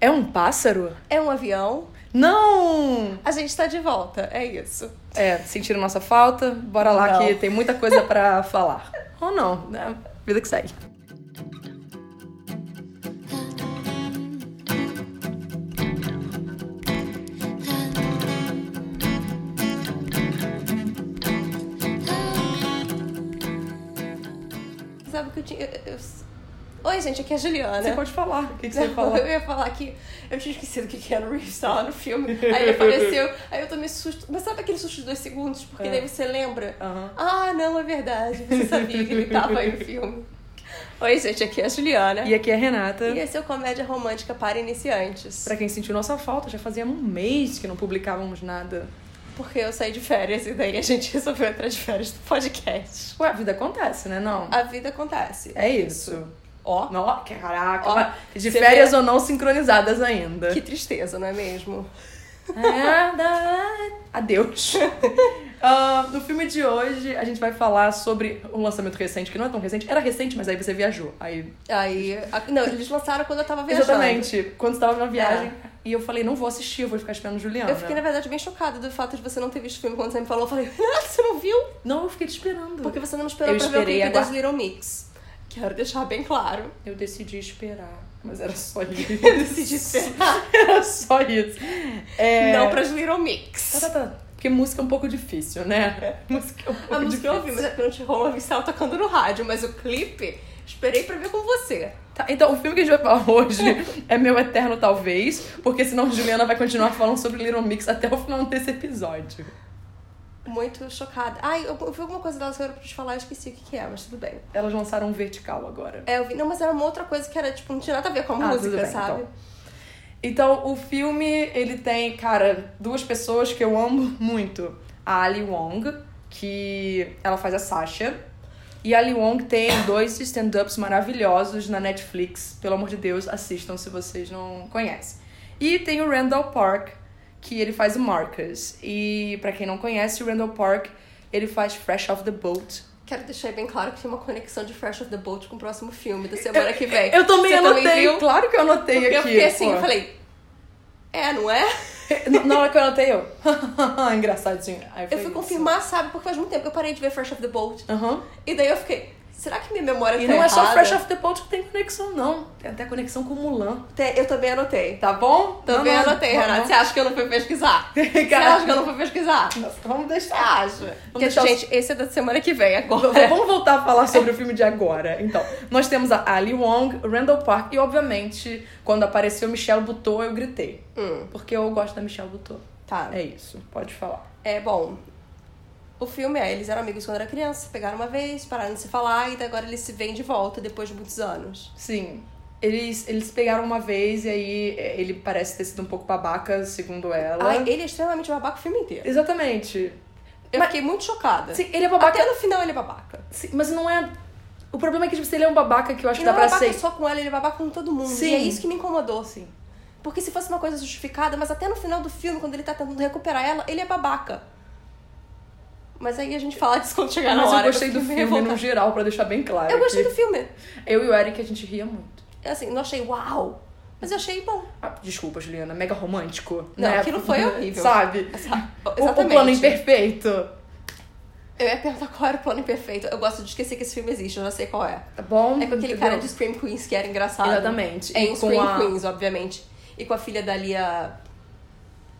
É um pássaro? É um avião. Não! A gente tá de volta, é isso. É, sentiram nossa falta? Bora lá Não. que tem muita coisa pra falar. Ou não, né? Vida que segue. Sabe que eu tinha. eu- eu- Oi, gente, aqui é a Juliana. Você pode falar. O que, que você Não, ia falar? Eu ia falar que eu tinha esquecido o que que era o Reeves Star no filme. Aí ele apareceu, aí eu tomei susto. Mas sabe aquele susto de dois segundos? Porque É. daí você lembra. Aham. Ah, não, é verdade. Você sabia que ele tava aí no filme. Oi, gente, aqui é a Juliana. E aqui é a Renata. E esse é o Comédia Romântica para Iniciantes. Pra quem sentiu nossa falta, já fazia um mês que não publicávamos nada. Porque eu saí de férias e daí a gente resolveu entrar de férias do podcast. Ué, a vida acontece, né? Não. A vida acontece. É isso. Ó, Não, caraca. Ó, mas de você férias vê- ou não sincronizadas ainda. que tristeza, não é mesmo? Nada. Adeus. Ah, no filme de hoje, a gente vai falar sobre um lançamento recente, que não é tão recente. Era recente, mas aí você viajou. Aí, Aí. a- não, eles lançaram quando eu tava viajando. Exatamente. Quando você tava na viagem. E eu falei, não vou assistir, eu vou ficar esperando Juliana. Eu fiquei, na verdade, bem chocada do fato de você não ter visto o filme quando você me falou. Eu falei, Renata, você não viu? Não, eu fiquei te esperando. Porque você não esperou Eu pra ver o esperei clipe agora. das Little Mix. Quero deixar bem claro. Eu decidi esperar. Mas era só isso. Eu decidi esperar. era só isso. É... Não pras Little Mix. Tá, tá, tá. Porque música é um pouco difícil, né? Música é um pouco A música difícil. eu ouvi, mas é porque não tinha Roma Vissal tocando no rádio. Mas o clipe, esperei pra ver com você. Tá, então, o filme que a gente vai falar hoje é Meu Eterno Talvez, porque senão Juliana vai continuar falando sobre Little Mix até o final desse episódio. Muito chocada. Ai, eu eu vi alguma coisa delas que eu era pra te falar, eu esqueci o que, que é, mas tudo bem. Elas lançaram um vertical agora. É, eu vi. Não, mas era uma outra coisa que era, tipo, não tinha nada a ver com a Ah, música, tudo bem, sabe? então. Então, o filme, ele tem, cara, duas pessoas que eu amo muito. A Ali Wong, que ela faz a Sasha. E a Ali Wong tem dois stand-ups maravilhosos na Netflix. Pelo amor de Deus, assistam se vocês não conhecem. E tem o Randall Park, que ele faz o Marcus. E pra quem não conhece, o Randall Park, ele faz Fresh Off the Boat. Quero deixar bem claro que tem uma conexão de Fresh of the Boat com o próximo filme da semana que vem. Eu também Você anotei, viu? claro que eu anotei Porque eu aqui. fiquei assim, pô. eu falei... É, não é? Na- Na hora que eu anotei, eu. Engraçadinho. Aí Eu foi fui isso. confirmar, sabe? Porque faz muito tempo que eu parei de ver Fresh of the Boat. Aham. E daí eu fiquei... Será que minha memória E tá não é só errada? Fresh Off the Boat que tem conexão, não. Tem até conexão com Mulan. Tem- Eu também anotei. Tá bom? Também Não, não, anotei, não, Renata. não. Você acha que eu não fui pesquisar? Você Cara. acha que eu não fui pesquisar? Você Nossa, Vamos deixar. É. acha? Porque, deixar os- gente, esse é da semana que vem agora. V- Vamos voltar a falar sobre o filme de agora. Então, nós temos a Ali Wong, Randall Park e, obviamente, quando apareceu Michelle Buteau, eu gritei. Hum, Porque eu gosto da Michelle Buteau. tá. É isso, pode falar. É, bom. O filme é, eles eram amigos quando era criança, se pegaram uma vez, pararam de se falar e daí agora eles se veem de volta depois de muitos anos. Sim. Eles, eles pegaram uma vez e aí é, ele parece ter sido um pouco babaca, segundo ela. Ai, ele é extremamente babaca o filme inteiro. Exatamente. Eu Mas- fiquei muito chocada. Sim, ele é babaca. Até no final ele é babaca. Sim, mas não é. O problema é que tipo, se ele é um babaca que eu acho E que dá não é pra babaca ser. só com ela, ele é babaca com todo mundo. Sim. E é isso que me incomodou, assim. Porque se fosse uma coisa justificada, mas até no final do filme, quando ele tá tentando recuperar ela, ele é babaca. Mas aí a gente fala disso quando chegar na Ah, Mas hora. eu gostei do filme fiquei meio no revoltada. geral, pra deixar bem claro. Eu gostei que do filme. Eu e o Eric a gente ria muito. Assim, não achei uau, mas eu achei bom. Ah, desculpa, Juliana, mega romântico. Não, né? aquilo foi horrível. Sabe? Essa- O, o plano imperfeito. Eu ia perguntar qual era o plano imperfeito. Eu gosto de esquecer que esse filme existe, eu já sei qual é. Tá bom? É com aquele Entendeu? cara de Scream Queens que era engraçado. Exatamente. É E em com Scream a- Queens, obviamente. E com a filha da Lia.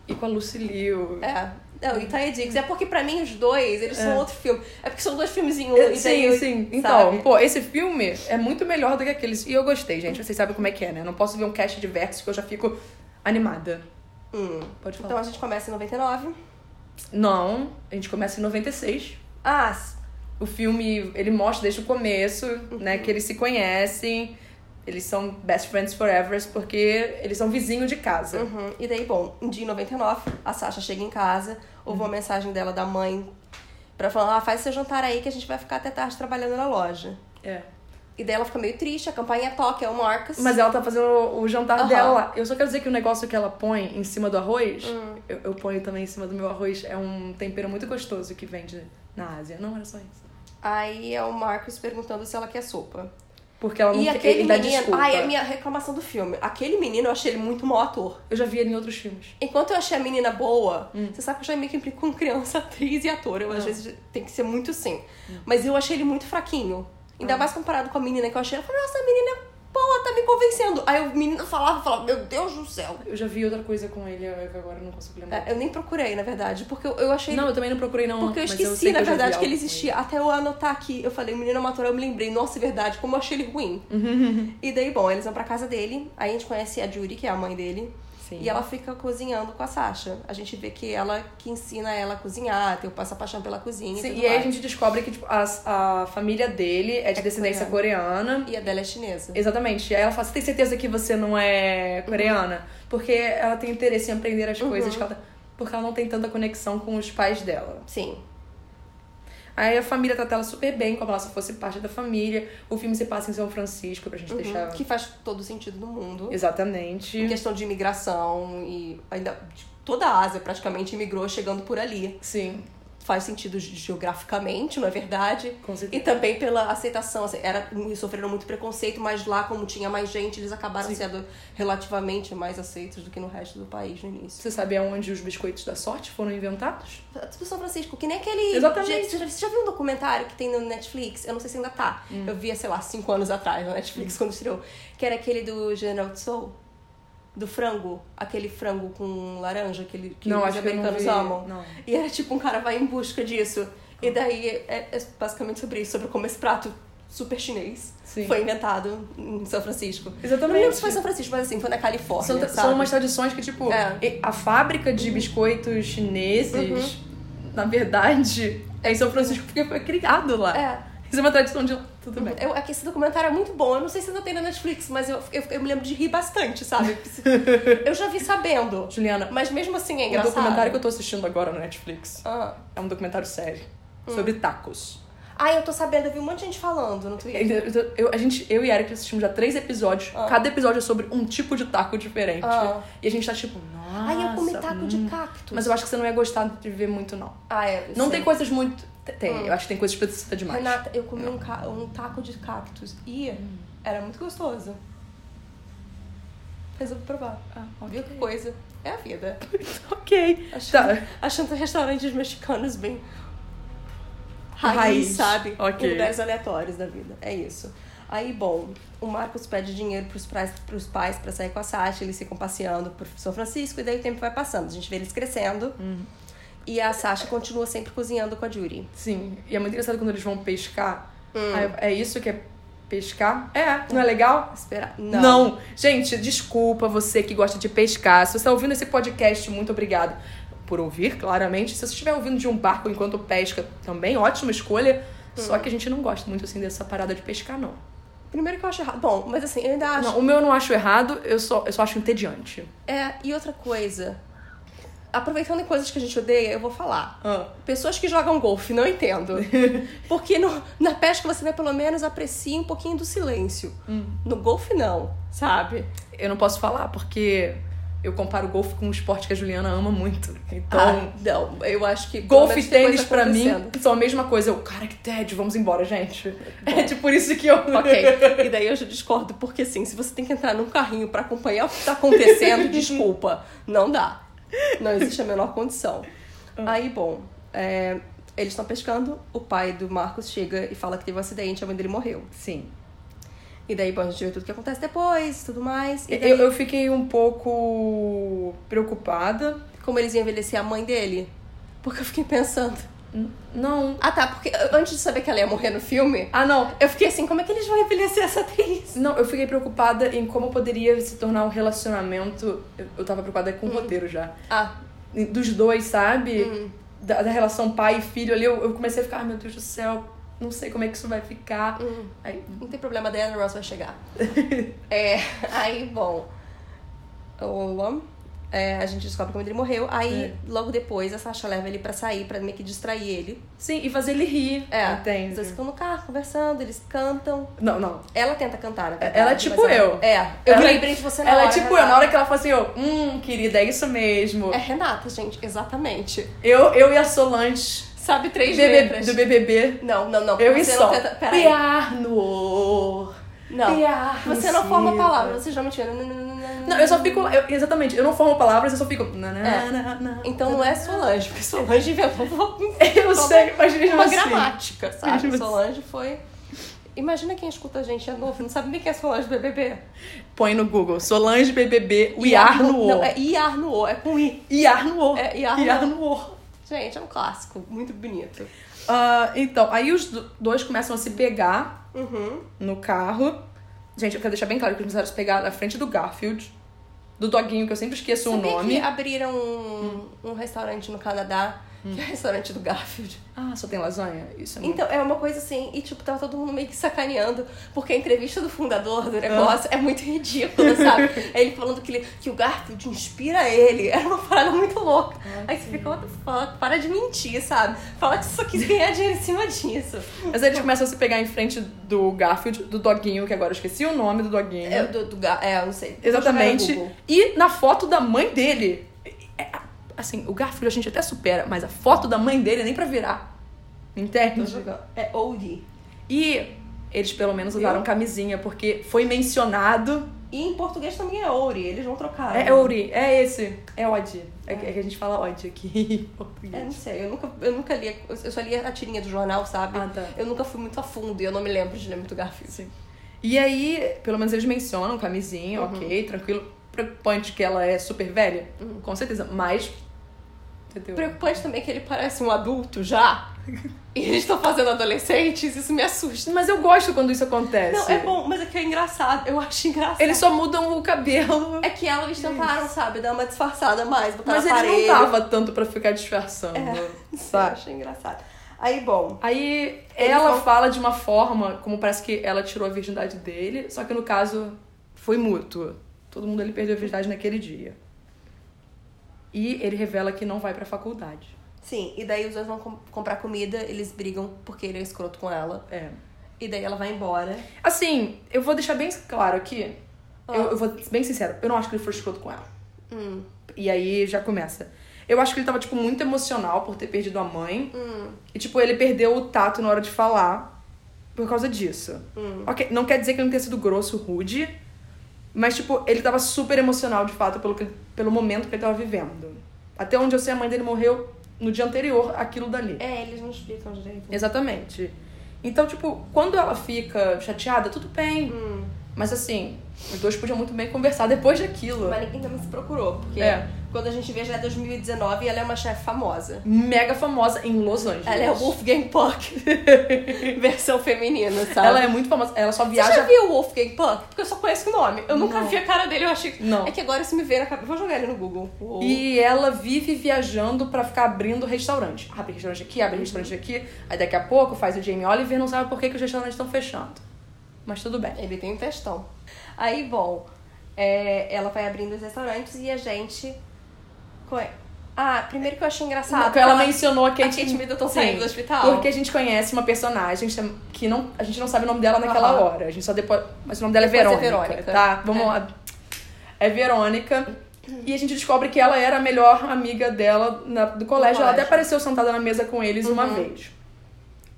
E com a Lucilio. É. Não, e Taya Diggs. É porque pra mim os dois, eles são outro filme. É porque são dois filmes em um. e daí Sim, eu- sim. sabe? Então, pô, esse filme é muito melhor do que aqueles. E eu gostei, gente. Vocês sabem como é que é, né? Eu não posso ver um cast diverso que eu já fico animada. Hum. Pode falar. Então a gente começa em 99. Não, a gente começa em 96. Ah, s- O filme, ele mostra desde o começo, né, que eles se conhecem, eles são best friends forever, porque eles são vizinhos de casa. uhum. e daí, bom, em dia 99, a Sasha chega em casa, ouve uma mensagem dela da mãe pra falar: ah, faz seu jantar aí que a gente vai ficar até tarde trabalhando na loja. É. E daí ela fica meio triste, a campainha toca, é o Marcus. Mas ela tá fazendo o jantar Aham. dela lá. Eu só quero dizer que o negócio que ela põe em cima do arroz, Hum. eu, eu ponho também em cima do meu arroz, é um tempero muito gostoso que vende na Ásia. Não, era só isso. Aí é o Marcus perguntando se ela quer sopa. Porque ela não E quer aquele ele dá menino. desculpa. Ai, é a minha reclamação do filme. Aquele menino eu achei ele muito mau ator. Eu já vi ele em outros filmes. Enquanto eu achei a menina boa, Hum. você sabe que eu já meio que implico com criança, atriz e ator. Eu às vezes tem que ser muito sim. Hum. Mas eu achei ele muito fraquinho. Ah. Ainda mais comparado com a menina que eu achei. Eu falei, nossa, a menina é boa, tá me convencendo. Aí o menino falava, falava, meu Deus do céu. Eu já vi outra coisa com ele eu- que agora eu não consigo lembrar. É, Eu nem procurei, na verdade, porque eu, eu achei. Não, eu também não procurei, não. Porque eu mas esqueci, sei na eu já vi verdade, que algo ele com existia. Até eu anotar aqui, eu falei, o menino matou, eu me lembrei, nossa, é verdade, como eu achei ele ruim. Uhum. e daí, bom, eles vão pra casa dele, aí a gente conhece a Judy, que é a mãe dele. Sim. E ela fica cozinhando com a Sasha. A gente vê que ela que ensina ela a cozinhar, tem essa paixão pela cozinha e Sim, tudo e aí a mais. gente descobre que tipo, a, a família dele é de descendência coreana. E a dela é chinesa. Exatamente. E aí ela fala: Você tem certeza que você não é coreana? Porque ela tem interesse em aprender as coisas que ela. tá, Porque ela não tem tanta conexão com os pais dela. Sim. Aí a família trata ela super bem, como ela se fosse parte da família. O filme se passa em São Francisco, pra gente deixar. Que faz todo sentido no mundo. Exatamente. Em questão de imigração e ainda de- toda a Ásia praticamente imigrou chegando por ali. Sim, faz sentido ge- geograficamente, não é verdade? com E certeza. também pela aceitação, assim, era, sofreram muito preconceito, mas lá, como tinha mais gente, eles acabaram Sim. sendo relativamente mais aceitos do que no resto do país no início. Você sabe aonde os biscoitos da sorte foram inventados? Tipo São Francisco, que nem aquele. Exatamente. Gente, Você já, você já viu um documentário que tem no Netflix? Eu não sei se ainda tá. Eu via, sei lá, cinco anos atrás no Netflix quando estreou. Que era aquele do General Tso. Do frango. Aquele frango com laranja, aquele que os que eu não americanos vi. amam. Não. E era tipo, um cara vai em busca disso. E daí é, é basicamente sobre isso, sobre como esse prato super chinês Sim. foi inventado em São Francisco. Eu não lembro Exatamente. se foi em São Francisco, mas assim, foi na Califórnia. São, sabe? são umas tradições que, tipo, É. e- a fábrica de biscoitos chineses, Uhum. na verdade, é em São Francisco porque foi criado lá. É. Isso é uma tradição de lá. Tudo bem. Eu, é que esse documentário é muito bom. Eu não sei se ainda tem na Netflix, mas eu, eu, eu me lembro de rir bastante, sabe? Eu já vi sabendo. Juliana, Mas mesmo assim é o engraçado. documentário que eu tô assistindo agora no Netflix ah. é um documentário sério Hum. sobre tacos. ah, eu tô sabendo. Eu vi um monte de gente falando no Twitter. Eu, eu- a gente, eu e Eric assistimos já três episódios. Ah. Cada episódio é sobre um tipo de taco diferente. Ah. E a gente tá tipo, nossa. Ai, eu comi taco hum. de cacto. Mas eu acho que você não ia gostar de ver muito, não. Ah, é. eu Não sei. tem coisas muito. Tem, Hum. eu acho que tem coisas específicas demais. Renata, eu comi um, ca- um taco de cactos e Hum. era muito gostoso. Resolvi provar. Ah, Viu que coisa? É a vida. Ok. Achando, Tá. achando restaurantes mexicanos bem Raiz, raiz, sabe? ok. Em Lugares aleatórios da vida. É isso. Aí, bom, o Marcos pede dinheiro pros pais, pros pais pra sair com a Sasha, eles ficam passeando por São Francisco e daí o tempo vai passando. A gente vê eles crescendo. Uhum. E a Sasha continua sempre cozinhando com a Judy. Sim, e é muito engraçado quando eles vão pescar. Hum. Ah, eu- é isso que é pescar? É, não é legal? Esperar. Gente, desculpa você que gosta de pescar. Se você tá ouvindo esse podcast, muito obrigado por ouvir, claramente. Se você estiver ouvindo de um barco enquanto pesca, também ótima escolha. Hum. Só que a gente não gosta muito assim dessa parada de pescar, não. Primeiro que eu acho errado. Bom, mas assim, eu ainda acho. Não, o meu eu não acho errado, eu só, eu só acho entediante. É, e outra coisa. Aproveitando em coisas que a gente odeia, eu vou falar. Ah. Pessoas que jogam golfe, não entendo. Porque no- na pesca você né, pelo menos aprecia um pouquinho do silêncio. Hum. No golfe, não, sabe? Eu não posso falar, porque eu comparo golfe com um esporte que a Juliana ama muito. Então. Ah, não, eu acho que. pelo Golfe e menos tem tênis coisa pra mim acontecendo. são a mesma coisa. Eu, cara, que tédio, vamos embora, gente. É tipo por isso que eu. Ok, e daí eu já discordo, porque assim, se você tem que entrar num carrinho pra acompanhar o que tá acontecendo, desculpa, não dá. Não existe a menor condição. Hum. Aí, bom, é, eles estão pescando, o pai do Marcos chega e fala que teve um acidente, a mãe dele morreu. Sim. E daí, bom, a gente vê tudo que acontece depois, tudo mais. E daí, Eu, eu fiquei um pouco preocupada. como eles iam envelhecer a mãe dele? Porque eu fiquei pensando. N- Não. Ah, tá, porque eu- antes de saber que ela ia morrer no filme, Ah, não. eu fiquei assim, como é que eles vão envelhecer essa atriz? Não, eu fiquei preocupada em como poderia se tornar um relacionamento. Eu, eu tava preocupada Hum. com o roteiro já. Ah, Dos dois, sabe? Hum. Da, da relação pai e filho ali. Eu, eu comecei a ficar, ai meu Deus do céu, não sei como é que isso vai ficar. Hum. Aí, não tem problema, a Diana Ross vai chegar. é, aí, bom. O, é, a gente descobre como ele morreu. Aí, É. logo depois, a Sasha leva ele pra sair, pra meio que distrair ele. sim, e fazer ele rir. É, Entende? Os dois ficam no carro conversando, eles cantam. Não, não. Ela tenta cantar, na verdade, Ela é tipo mas eu. É, eu Ela me é- lembrei de você na Ela hora, é tipo eu, Renata. na hora que ela fala assim, eu, hum, querida, é isso mesmo. É Renata, gente, exatamente. Eu, eu e a Solange Sabe três BB letras. do BBB, Não, não, não. eu você e não Sol. tenta- Peraí. Piar no or, Não. E a arte Você em não si, forma né? palavra, você já me tira. Não, eu só fico. eu- exatamente, eu não formo palavras, eu só fico. na, na, É. na, na. Então é? não é Solange, porque Solange inventou uma- Eu sei, mas mesmo uma assim. gramática, sabe? Mesmo assim. Solange foi. Imagina quem escuta a gente é novo, não sabe nem quem é Solange BBB. Põe no Google. Solange BBB, o Iar no O. Não, é Iar no O, é com I. Iar no O. É Iar no O. no O. Gente, é um clássico, muito bonito. Ah, então, aí os do- dois começam a se pegar Uhum. no carro. Gente, eu quero deixar bem claro que eles começaram a se pegar na frente do Garfield, do doguinho, que eu sempre esqueço Sabia o nome. Hum. que abriram um, um restaurante no Canadá, que é o restaurante do Garfield. Ah, só tem lasanha? Isso é muito... Então, é uma coisa assim, e tipo, tava todo mundo meio que sacaneando, porque a entrevista do fundador Ah. do negócio é muito ridícula, sabe? ele falando que, ele- que o Garfield inspira ele, era uma parada muito louca. Aí você fica, what the fuck, para de mentir, sabe? Fala que só quis ganhar dinheiro em cima disso. Mas eles começam a se pegar em frente do Garfield, do doguinho, que agora eu esqueci o nome do doguinho. É, do, do, Ga- é, eu não sei. Vou jogar no Exatamente. Google. E na foto da mãe dele. É, é, Assim, o Garfield a gente até supera, mas a foto da mãe dele é nem pra virar. Tô Entende? jogando. É Oldie. E eles pelo menos usaram Eu? camisinha, porque foi mencionado E em português também é Ouri, eles vão trocar. É né? Euri, é esse. É Odd. É, que- é que a gente fala Odd aqui em É, português. não sei, eu nunca, eu nunca li, eu só li a tirinha do jornal, sabe? Ah, tá. Eu nunca fui muito a fundo e eu não me lembro de ler muito Garfield. Sim. E aí, pelo menos eles mencionam camisinha, Uhum. ok, tranquilo. Preocupante que ela é super velha? Uhum. Com certeza, mas. Entendeu? Preocupante também que ele parece um adulto já. E eles estão fazendo adolescentes, isso me assusta. Mas eu gosto quando isso acontece. Não, é bom, mas é que é engraçado. Eu acho engraçado. Eles só mudam o cabelo. É que elas tentaram, sabe, dar uma disfarçada a mais, botar mas na eles parede. É. não dava tanto pra ficar disfarçando. Eu Sabe? achei engraçado. Aí, bom. Aí Eles ela vão- fala de uma forma, como parece que ela tirou a virgindade dele, só que no caso foi mútuo. Todo mundo ali perdeu a virgindade naquele dia. E ele revela que não vai pra faculdade. Sim, e daí os dois vão com- comprar comida, eles brigam porque ele é escroto com ela. É. E daí ela vai embora. Assim, eu vou deixar bem claro aqui. Ah. Eu, eu vou ser bem sincero, eu não acho que ele foi escroto com ela. Hum, E aí já começa. Eu acho que ele tava, tipo, muito emocional por ter perdido a mãe. hum, E, tipo, ele perdeu o tato na hora de falar por causa disso. hum. Ok, não quer dizer que ele não tenha sido grosso, rude, mas, tipo, ele tava super emocional, de fato, pelo, que, pelo momento que ele tava vivendo. Até onde eu sei, a mãe dele morreu no dia anterior, aquilo dali. É, eles não explicam direito. Exatamente. Então, tipo, quando ela fica chateada, tudo bem. Hum. Mas, assim, os dois podiam muito bem conversar depois daquilo. Mas ninguém também se procurou, porque É. quando a gente vê já é 2019 e ela é uma chefe famosa. Mega famosa em Los Angeles. Ela é o Wolfgang Puck, versão feminina, sabe? Ela é muito famosa. Ela só Você já viaja... viu o Wolfgang Puck? Porque eu só conheço o nome. Eu nunca Não. vi a cara dele, eu achei... Não. É que agora se me vê na cabeça... Vou jogar ele no Google. O- E ela vive viajando pra ficar abrindo restaurante. Abre restaurante aqui, abre restaurante aqui. Aí daqui a pouco faz o Jamie Oliver, não sabe por que, que os restaurantes estão fechando. Mas tudo bem. Ele tem um testão. Aí, bom, é, ela vai abrindo os restaurantes e a gente... conhe- Ah, primeiro que eu achei engraçado... Tá, Porque ela mencionou a que a Kate, Kate Middleton Sim, saindo do hospital. Porque a gente conhece uma personagem que não, a gente não sabe o nome dela naquela Aham. hora. A gente só depois. Mas o nome dela é Depois é Verônica. Verônica. Tá, vamos É. lá. É Verônica. E a gente descobre que ela era a melhor amiga dela na- do colégio. Ela colégio. Uhum. até apareceu sentada na mesa com eles uma vez.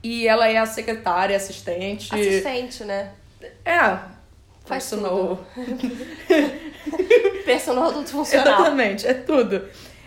E ela é a secretária, assistente. Assistente, né? É. Faz personal. Personal do funcional. Exatamente, é tudo.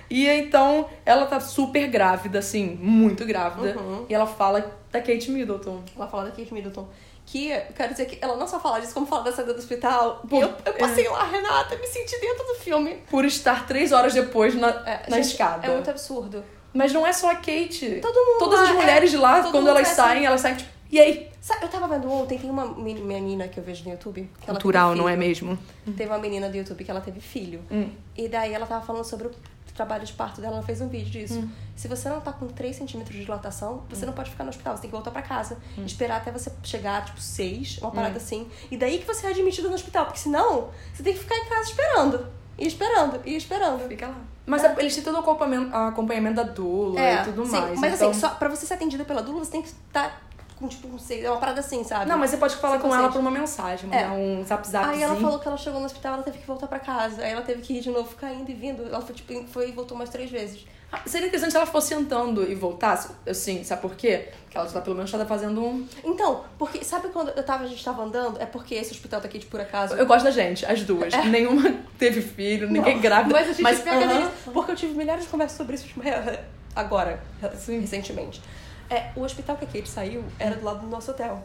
E então ela tá super grávida, assim, muito grávida. Uhum. E ela fala da Kate Middleton. Ela fala da Kate Middleton. Que eu quero dizer que ela não só fala disso, como fala da saída do hospital. E Pô, eu, eu é. passei lá, Renata, me senti dentro do filme. Por estar três horas depois na, É, na gente, escada. É muito absurdo. Mas não é só a Kate. Todo mundo Todas lá, é, as mulheres de lá, todo quando mundo elas é assim. saem, elas saem tipo, e aí? Sabe, eu tava vendo ontem, tem uma meni- menina que eu vejo no YouTube. Que ela teve filho. é mesmo? Hum. Teve uma menina do YouTube que ela teve filho. E daí ela tava falando sobre o trabalho de parto dela, ela fez um vídeo disso. Hum. Se você não tá com 3 centímetros de dilatação, você não pode ficar no hospital, você tem que voltar pra casa. Hum. Esperar até você chegar, tipo, 6, uma parada assim. E daí que você é admitido no hospital, porque senão você tem que ficar em casa esperando. E esperando, e esperando. Fica lá. Mas a- eles têm todo o acompanhamento, acompanhamento da doula e tudo É. sim, mais. Mas então... assim, só pra você ser atendido pela dúvida, você tem que estar com tipo um seis. É uma parada assim, sabe? Não, mas você pode falar Você com consegue. ela por uma mensagem, mandar É. um zap zapzinho. Aí ela falou que ela chegou no hospital, ela teve que voltar pra casa. Aí ela teve que ir de novo, ficar indo e vindo. Ela foi, tipo, foi e voltou mais três vezes. Ah, Seria interessante se ela fosse andando e voltasse, assim, sabe por quê? Porque ela tá, pelo menos já tá fazendo um. Então, porque sabe quando eu tava, a gente tava andando? É porque esse hospital tá aqui de por acaso. Eu gosto da gente, as duas. Nenhuma teve filho, ninguém grávida. É. Mas a gente pega aham. deles, porque eu tive milhares de conversas sobre isso tipo, agora, assim, recentemente. É, o hospital que a Kate saiu era do lado do nosso hotel.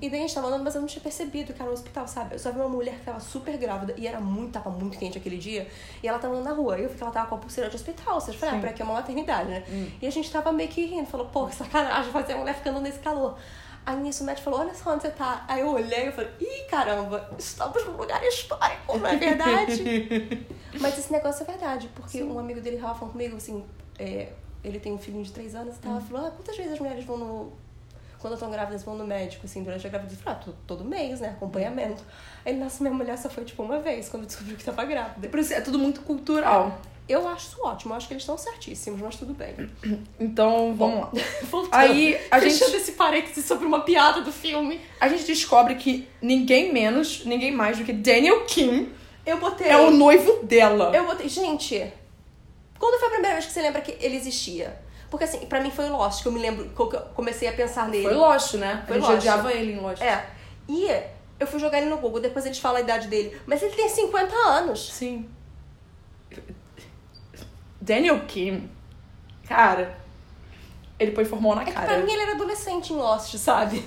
E daí a gente tava andando, mas eu não tinha percebido que era um hospital, sabe? Eu só vi uma mulher que tava super grávida e era muito, tava muito quente aquele dia. E ela tava andando na rua. E eu vi que ela tava com a pulseira de hospital. Vocês falaram, ah, por aqui é uma maternidade, né? E a gente tava meio que rindo. Falou, pô, que sacanagem fazer a mulher ficando nesse calor. Aí nisso o médico falou, olha só onde você tá. Aí eu olhei e falei, ih, caramba, estamos num lugar histórico, não é verdade? Mas esse negócio é verdade, porque um amigo dele tava falando comigo, assim, é, ele tem um filhinho de três anos e Hum. tava falando, ah, quantas vezes as mulheres vão no. Quando estão grávidas, vão no médico, assim, durante a gravidez. Eu falei, ah, to- todo mês, né? Acompanhamento. Aí, nossa, minha mulher só foi, tipo, uma vez, quando descobriu que tava grávida. Por isso, é tudo muito cultural. Eu acho isso ótimo, eu acho que eles estão certíssimos, mas tudo bem. Então, vamos lá. Voltando. Aí a gente, Fechando esse parênteses sobre uma piada do filme. a gente descobre que ninguém menos, ninguém mais do que Daniel Kim Eu botei. é o noivo dela. Eu botei. Gente, quando foi a primeira vez que você lembra que ele existia? Porque assim, pra mim foi Lost, que eu me lembro, que eu comecei a pensar nele. Foi Lost, né? Foi a gente Lost. odiava ele em Lost. É. E eu fui jogar ele no Google, depois eles falam a idade dele. Mas ele tem 50 anos. Sim. Daniel Kim, cara, ele põe formol na É que cara. pra mim ele era adolescente em Lost, sabe?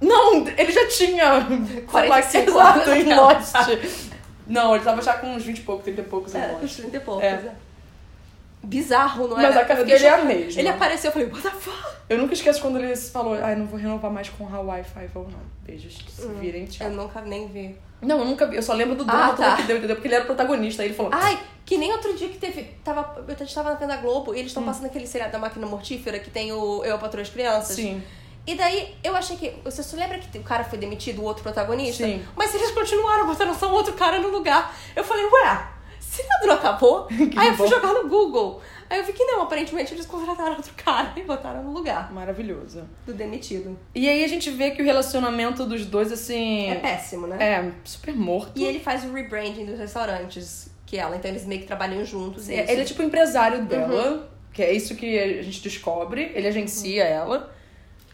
Não, ele já tinha sei lá, 45 exato, anos, em não. Lost. Não, ele tava já com uns 20 e pouco, 30 e poucos em É, Lost. uns 30 e poucos. É. é. Bizarro, não é? Mas a cara dele é a mesma. Ele apareceu, eu falei, what the fuck? Eu nunca esqueço quando ele falou, ai, não vou renovar mais com Hawaii Five-O, não. Beijos, se virem, tchau. Eu nunca nem vi. Não, eu nunca vi, eu só lembro do Ah, drama todo tá. que deu, entendeu? Porque ele era o protagonista, aí ele falou... Ai, que nem outro dia que teve. Tava, eu estava na venda Globo e eles Hum. estão passando aquele seriado da máquina mortífera que tem o Eu a Patroa as Crianças. "Ah, Sim. E daí eu achei que. Você se lembra que o cara foi demitido, o outro protagonista? Sim. Mas eles continuaram botando só um outro cara no lugar. Eu falei, ué, será que não acabou? Aí eu bom. fui jogar no Google. Aí eu vi que não, aparentemente eles contrataram outro cara e botaram no lugar Maravilhoso. do demitido. E aí a gente vê que o relacionamento dos dois, assim... É, péssimo, né? É, super morto. E ele faz o rebranding dos restaurantes que ela, então eles meio que trabalham juntos. e É, isso. Ele é tipo o empresário dela, que é isso que a gente descobre. Ele agencia ela.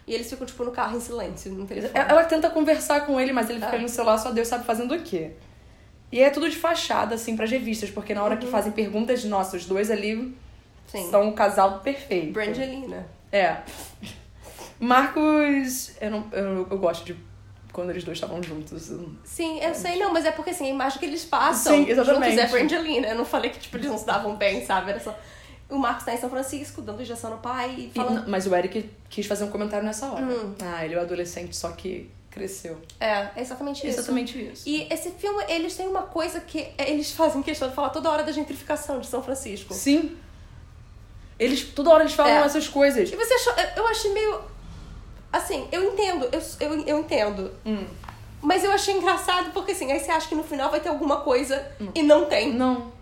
E eles ficam, tipo, no carro em silêncio, não tem E- Ela tenta conversar com ele, mas ele fica Ah. no celular, só Deus sabe fazendo o quê. E é tudo de fachada, assim, pras revistas, porque na hora que fazem perguntas, nossa, os dois ali Uhum. Sim. são o casal perfeito. Brangelina. É. Marcos. Eu, não, eu, eu gosto de quando eles dois estavam juntos. Sim, eu sei, não, mas é porque assim, a imagem que eles passam Sim, exatamente. juntos é Brangelina. Eu não falei que, tipo, eles não se davam bem, sabe? Era só... O Marcos tá em São Francisco, dando injeção no pai e E- falando... mas o Eric quis fazer um comentário nessa hora. Hum. Ah, ele é o adolescente, só que cresceu. É, é exatamente isso. Exatamente isso. E esse filme, eles têm uma coisa que é, eles fazem questão de falar toda hora da gentrificação de São Francisco. Sim. Eles, toda hora eles falam É. essas coisas. E você achou... eu- Eu achei meio... Assim, eu entendo, eu, eu, eu entendo. Mas eu achei engraçado porque, assim, aí você acha que no final vai ter alguma coisa e Hum. não tem. Não.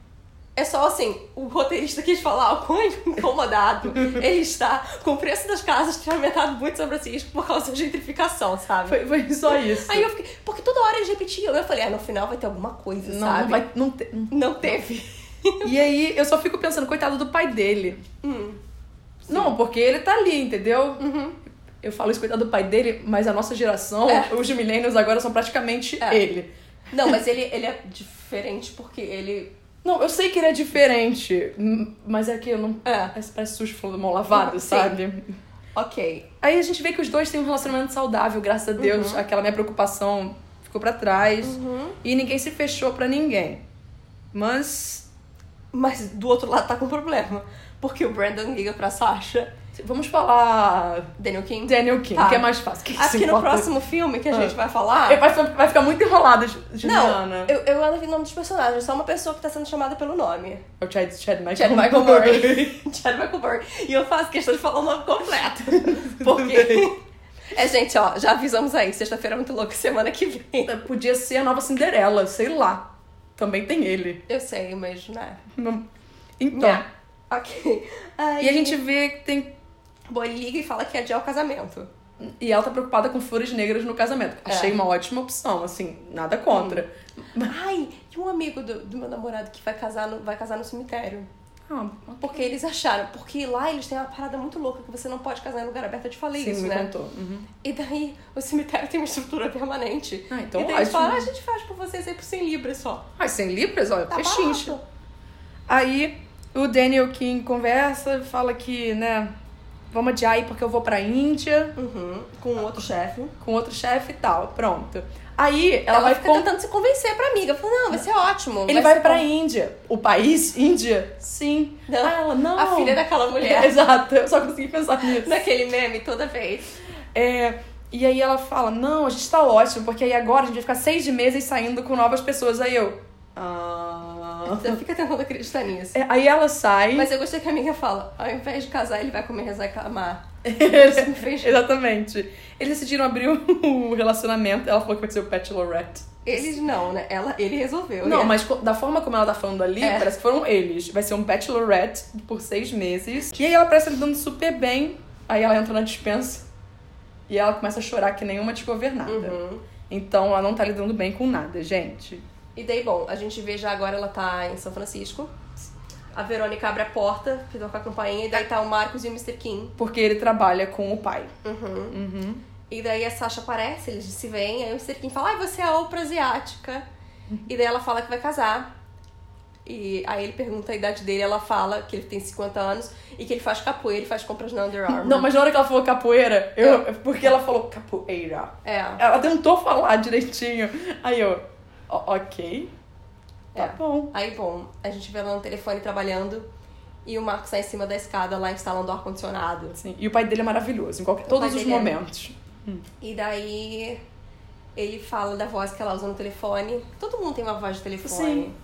É só assim, o roteirista quis falar o quão incomodado ele está com o preço das casas ter aumentado muito em São Francisco por causa da gentrificação, sabe? Foi, foi só isso. Aí eu fiquei. Porque toda hora eles repetiam. Eu falei, ah, no final vai ter alguma coisa, não, sabe? não vai. Não te- Não teve. E aí eu só fico pensando, coitado do pai dele. Hum. Não, porque ele tá ali, entendeu? Eu falo isso, coitado do pai dele, mas a nossa geração, É. os millennials agora são praticamente É. ele. Não, mas ele, ele é diferente porque ele. Não, eu sei que ele é diferente, m- mas é que eu não. É. Parece parece sujo falando mão lavada, Sim. sabe? Ok. Aí a gente vê que os dois têm um relacionamento saudável, graças a Uhum. Deus. Aquela minha preocupação ficou pra trás. Uhum. E ninguém se fechou pra ninguém. Mas. Mas do outro lado tá com problema. Porque o Brandon liga pra Sasha, Vamos falar Daniel King. Daniel King, Tá. que é mais fácil. Que Acho se que no importa? próximo filme que a Ah. gente vai falar. É, Vai, ficar- vai ficar muito enrolado, Juliana. Não, eu, eu ando aqui o nome dos personagens, só uma pessoa que tá sendo chamada pelo nome. É o Chad, Chad Michael, Chad Michael Murray. Chad Michael Murray. E eu faço questão de falar o nome completo. Porque. É, gente, ó, já avisamos aí, sexta-feira é muito louca, semana que vem. Podia ser a nova Cinderela, sei lá. Também tem ele. Eu sei, mas, né? Não- Então. Né. Ok. Aí, E a gente vê que tem. Bom, ele liga e fala que é adiar o é casamento. E ela tá preocupada com flores negras no casamento. É. Achei uma ótima opção, assim, nada contra. Ai, e um amigo do, do meu namorado que vai casar, no, vai casar no cemitério. Ah, Porque eles acharam, porque lá eles têm uma parada muito louca que você não pode casar em lugar aberto. Eu te falei sim, isso, me né? contou. Uhum. E daí o cemitério tem uma estrutura permanente. Ah, então e daí ótimo. eles falam, ah, a gente faz por vocês aí por 100 libras só. Ai, 100 libras, olha, Tá pechincha. barato. Aí o Daniel King conversa, fala que, né, vamos adiar aí porque eu vou pra Índia Uhum, com outro chefe. com outro chefe e tal. Pronto. Aí ela, Ela, vai fica con- tentando se convencer pra amiga. Fala, não, vai ser ótimo. Ele vai, ser pra bom." Índia. O país, Índia? Sim. Não. Ah, ela, não. A filha daquela mulher. Exato, eu só consegui pensar nisso. Naquele meme toda vez. É, e aí ela fala, não, a gente tá ótimo, porque aí agora a gente vai ficar seis meses saindo com novas pessoas. Aí eu. Ah. Você fica tentando acreditar nisso. É, aí ela sai. Mas eu gostei que a amiga fala, ao invés de casar, ele vai comer, rezar e clamar. É. Isso me fez... Exatamente. Eles decidiram abrir o relacionamento. Ela falou que vai ser o Pet Lorette. Eles não, né? Ela, ele resolveu. Não, né? mas co- da forma como ela tá falando ali, É. parece que foram eles. Vai ser um bachelorette por seis meses. E aí ela parece andando super bem. Aí ela entra na dispensa e ela começa a chorar que nenhuma desgovernada. Uhum. Então ela não tá lidando bem com nada, gente. E daí, bom, a gente vê já agora ela tá em São Francisco. A Verônica abre a porta, fica com a campainha, e daí tá o Marcos e o Mr. Kim. Porque ele trabalha com o pai. Uhum. Uhum. E daí a Sasha aparece, eles se veem, aí o Mr. Kim fala, ai, você é a Oprah asiática. Uhum. E daí ela fala que vai casar. E aí ele pergunta a idade dele, ela fala que ele tem 50 anos e que ele faz capoeira e faz compras na Under Armour. Não, mas na hora que ela falou capoeira, eu. Porque ela falou capoeira. É. Ela tentou falar direitinho. Aí eu. "O- Ok. Tá É. bom. Aí, bom, a gente vê ela no telefone trabalhando e o Marcos tá em cima da escada lá instalando o ar-condicionado. Sim. E o pai dele é maravilhoso, em qualquer, todos pai os dele é- momentos. E daí ele fala da voz que ela usa no telefone. Todo mundo tem uma voz de telefone. Sim.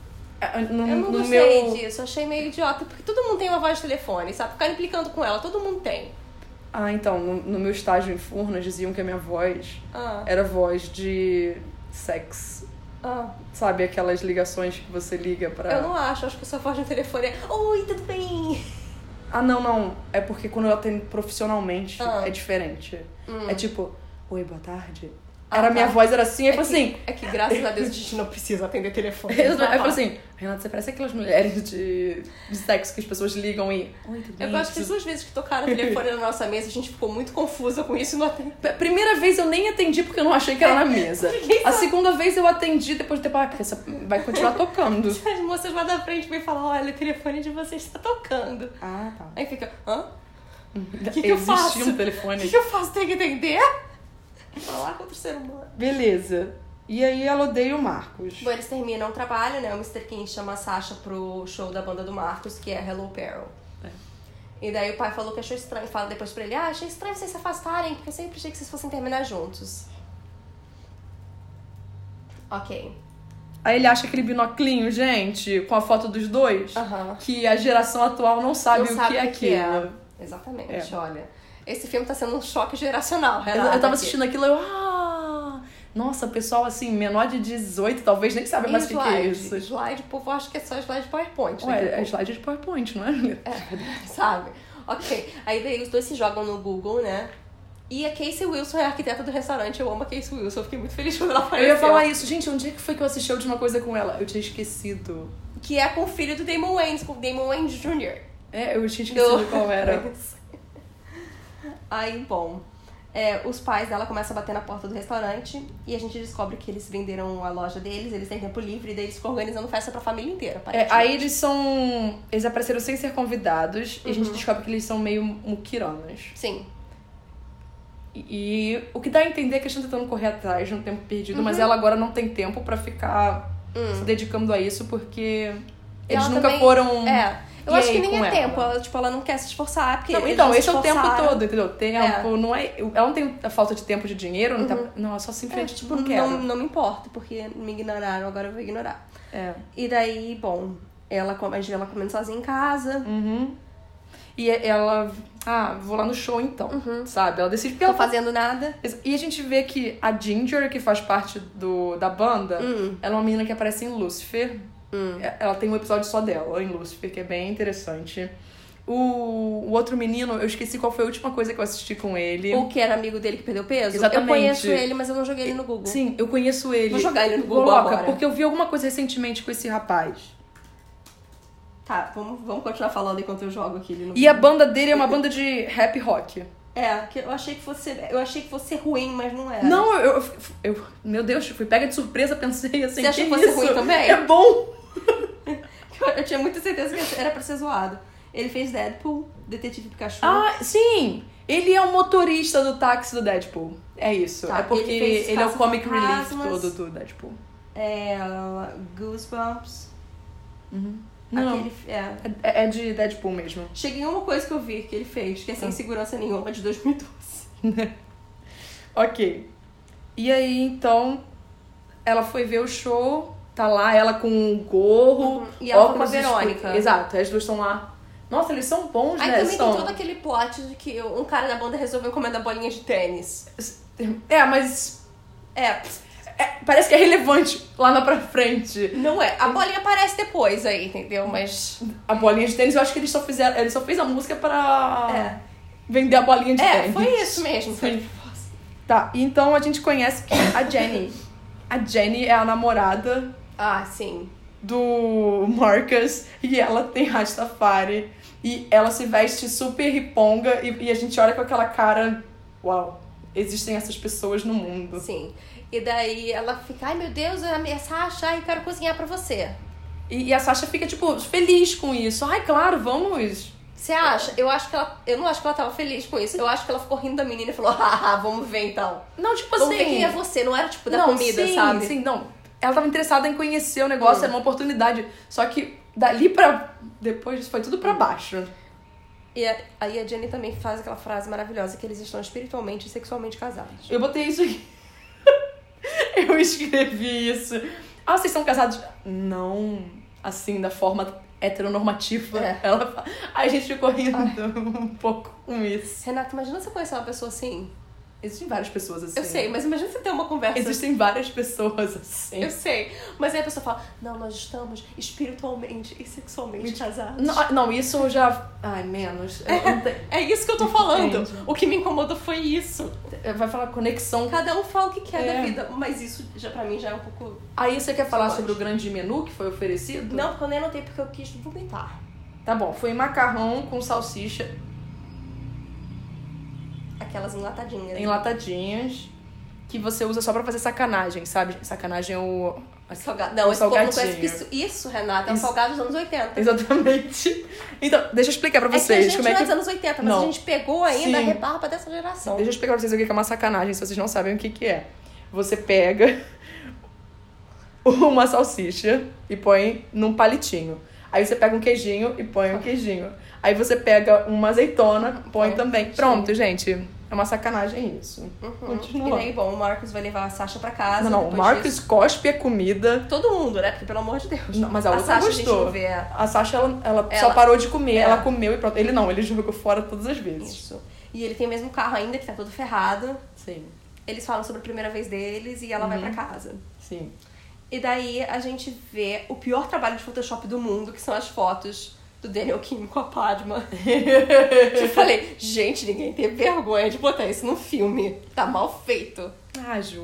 É, No, Eu não no gostei meu... disso, achei meio idiota, porque todo mundo tem uma voz de telefone, sabe? Ficar implicando com ela, todo mundo tem. Ah, então, no, no meu estágio em Furnas diziam que a minha voz Ah, era voz de sex. ah. Sabe, aquelas ligações que você liga pra. Eu não acho, acho que sua voz de telefone é Oi, tudo bem? Ah, não, não. É porque quando eu atendo profissionalmente Ah. Hum. é diferente. É tipo, oi, boa tarde. Ah, era minha tá. voz, era assim, aí eu falei assim. É que graças a Deus a gente não precisa atender telefone. tá Eu falei assim, Renata, você parece aquelas mulheres de, de sexo que as pessoas ligam e. Oi, tudo bem? Eu acho É que as duas vezes que tocaram o telefone na nossa mesa, a gente ficou muito confusa com isso e não atendeu. P- Primeira vez eu nem atendi porque eu não achei que era na mesa. A segunda vez eu atendi depois de ter ah, porque essa vai continuar tocando. As moças lá da frente me falam, olha, o telefone de vocês está tocando. Ah, tá. Aí fica, hã? O que que eu faço? um O que, telefone. que eu faço? Tem que entender? Falar com outro ser humano. Beleza. E aí ela odeia o Marcos. Bom, eles terminam o trabalho, né? O Mr. King chama a Sasha pro show da banda do Marcos, que é Hello Peril. É. E daí o pai falou que achou estranho. Fala depois pra ele, ah, achei estranho vocês se afastarem, porque eu sempre achei que vocês fossem terminar juntos. Ok. Aí ele acha aquele binoclinho, gente, com a foto dos dois, Aham. que a geração atual não sabe, Não o, que é aquilo. é. Exatamente, olha. Esse filme tá sendo um choque geracional, Eu, Renata. eu tava aqui. assistindo aquilo e eu, ah, nossa, pessoal assim, menor de 18, talvez nem sabe E mais o que, que é slide? isso. Slide, o povo acha que é só slide PowerPoint, né? Ué, é slide de PowerPoint, não é? Sabe? Ok. Aí daí os dois se jogam no Google, né? E a Casey Wilson é a arquiteta do restaurante. Eu amo a Casey Wilson. Eu fiquei muito feliz quando ela Eu apareceu. ia falar isso, gente, onde é que foi que eu assisti a última coisa com ela? Eu tinha esquecido. Que é com o filho do Damon Wayans, com o Damon Wayans Jr. É, eu tinha esquecido Do- qual era. Aí, bom... é, os pais dela começam a bater na porta do restaurante e a gente descobre que eles venderam a loja deles, eles têm tempo livre e daí eles ficam organizando festa pra família inteira. É, aparentemente. aí eles são. Eles apareceram sem ser convidados e a Uhum. gente descobre que eles são meio muquiranas. Sim. E, e o que dá a entender é que eles estão tentando correr atrás de um tempo perdido, Uhum. mas ela agora não tem tempo pra ficar se dedicando a isso porque Hum. E eles ela nunca também- foram. É. Eu Hum. E acho aí, que nem com é ela? tempo. Ela, tipo, ela não quer se esforçar. Porque Não, eles então, não se esse é o tempo esforçaram. todo, entendeu? Tempo, não é. Ela não tem a falta de tempo de dinheiro, não, tá, não ela só É, simplesmente, tipo, tipo, não quero. não, não me importa, porque me ignoraram, agora eu vou ignorar. É. E daí, bom, ela, come- a gente vê ela comendo sozinha em casa. Uhum. E ela. Ah, vou lá no show então. Uhum. Sabe? Ela decide porque Não ela tô fazendo nada. E a gente vê que a Ginger, que faz parte do, da banda, Hum. ela é uma menina que aparece em Lucifer. É- Ela tem um episódio só dela em Lucifer, que é bem interessante. O, o outro menino, eu esqueci qual foi a última coisa que eu assisti com ele. O que era amigo dele que perdeu peso? Exatamente. Eu conheço ele, mas eu não joguei ele no Google. Sim, eu conheço ele. Vou jogar ele no Google Coloca, agora. porque eu vi alguma coisa recentemente com esse rapaz. Tá, vamos, vamos continuar falando enquanto eu jogo aqui ele no E a banda dele é uma banda de rap rock. É, que eu achei que fosse. Eu achei que fosse ruim, mas não era. Não, eu, eu- eu- Meu Deus, fui pega de surpresa, pensei assim. Você achou que que fosse isso? ruim também? É bom! Eu, eu tinha muita certeza que era pra ser zoado. Ele fez Deadpool, Detetive Pikachu. Ah, sim! Ele é o motorista do táxi do Deadpool. É isso. Tá, é porque ele fez ele, é o Caça comic relief Fantasmas. todo do Deadpool. É, Goosebumps. Não, Aquele, é. é, é de Deadpool mesmo. Cheguei em uma coisa que eu vi que ele fez, que é sem segurança nenhuma, de 2012. Ok. E aí, então, ela foi ver o show, tá lá, ela com um gorro. Uhum. E ela óculos foi com a escuros. Verônica. Exato, as duas estão lá. Nossa, eles são bons, Aí né? também são... tem todo aquele plot de que um cara da banda resolveu encomendar bolinha de tênis. É, mas É, é, parece que é relevante lá na pra frente. não é. A bolinha aparece depois aí, entendeu? Mas. A bolinha de tênis, eu acho que eles só fizeram. Ele só fez a música pra É. vender a bolinha de É, tênis. foi isso mesmo. Foi... Tá, então a gente conhece que a Jenny. a Jenny é a namorada Ah, sim. do Marcus e ela tem Rastafari. E ela se veste super riponga e, e a gente olha com aquela cara. Uau, existem essas pessoas no mundo. Sim. E daí ela fica, ai meu Deus, a minha Sasha, ai, quero cozinhar pra você. E, e a Sasha fica, tipo, feliz com isso. Ai, claro, vamos. Você acha? Eu acho que ela. Eu não acho que ela tava feliz com isso. Eu acho que ela ficou rindo da menina e falou, haha, vamos ver então. Não, tipo Vamos assim. ver quem é você. Não era tipo da não, comida, sim, sabe? Hum. Sim, não. Ela tava interessada em conhecer o negócio, era uma oportunidade. Só que dali pra. Depois foi tudo Hum. pra baixo. E a- aí a Jenny também faz aquela frase maravilhosa que eles estão espiritualmente e sexualmente casados. Eu botei isso aqui. Eu escrevi isso. Ah, vocês são casados? Não, assim, da forma heteronormativa. É. Ela fala. Ai, a gente ficou rindo um pouco com isso. Renata, imagina você conhecer uma pessoa assim. Existem várias pessoas assim. Eu sei, mas imagina você ter uma conversa. Existem várias pessoas assim. Eu sei. Mas aí a pessoa fala, não, nós estamos espiritualmente e sexualmente casados. Não, não, isso eu já. Ai, menos. Eu não tenho- É isso que eu tô falando. Entende. O que me incomodou foi isso. Vai falar conexão. Cada um fala o que quer É. da vida, mas isso já para mim já é um pouco. Aí você quer falar Pode. sobre o grande menu que foi oferecido? Não, porque eu nem anotei porque eu quis vomitar. Tá bom, foi macarrão com salsicha Aquelas enlatadinhas. enlatadinhas que você usa só pra fazer sacanagem, sabe? Sacanagem é o. Salgado. Não, esse povo não Salgadinho. conhece porque isso, isso, Renata, é um Isso. salgado dos anos 80. Exatamente. Então, deixa eu explicar pra É que a vocês gente como é não é que. dos anos 80, mas Não. a gente pegou ainda a Sim. rebarba dessa geração. Deixa eu explicar pra vocês o que é uma sacanagem, se vocês não sabem o que, que é. Você pega uma salsicha e põe num palitinho. Aí você pega um queijinho e põe um queijinho. Aí você pega uma azeitona, põe Põe também. um Pronto, gente. É uma sacanagem isso. Uhum. Continua. E daí, bom, o Marcos vai levar a Sasha pra casa. Não, não. O depois Marcos disso. cospe a comida. Todo mundo, né? Porque pelo amor de Deus. Não, mas a a outra Sasha a gente gostou. não vê. é. A Sasha, ela, ela só Ela- parou de comer. É. Ela comeu e pronto. Ele não, ele jogou fora todas as vezes. Isso. E ele tem o mesmo carro ainda, que tá todo ferrado. Sim, Eles falam sobre a primeira vez deles e ela vai Uhum. pra casa. sim. E daí a gente vê o pior trabalho de Photoshop do mundo, que são as fotos do Daniel Kim com a Padma. eu falei, gente, ninguém tem vergonha de botar isso num filme. Tá mal feito. Ah, Ju.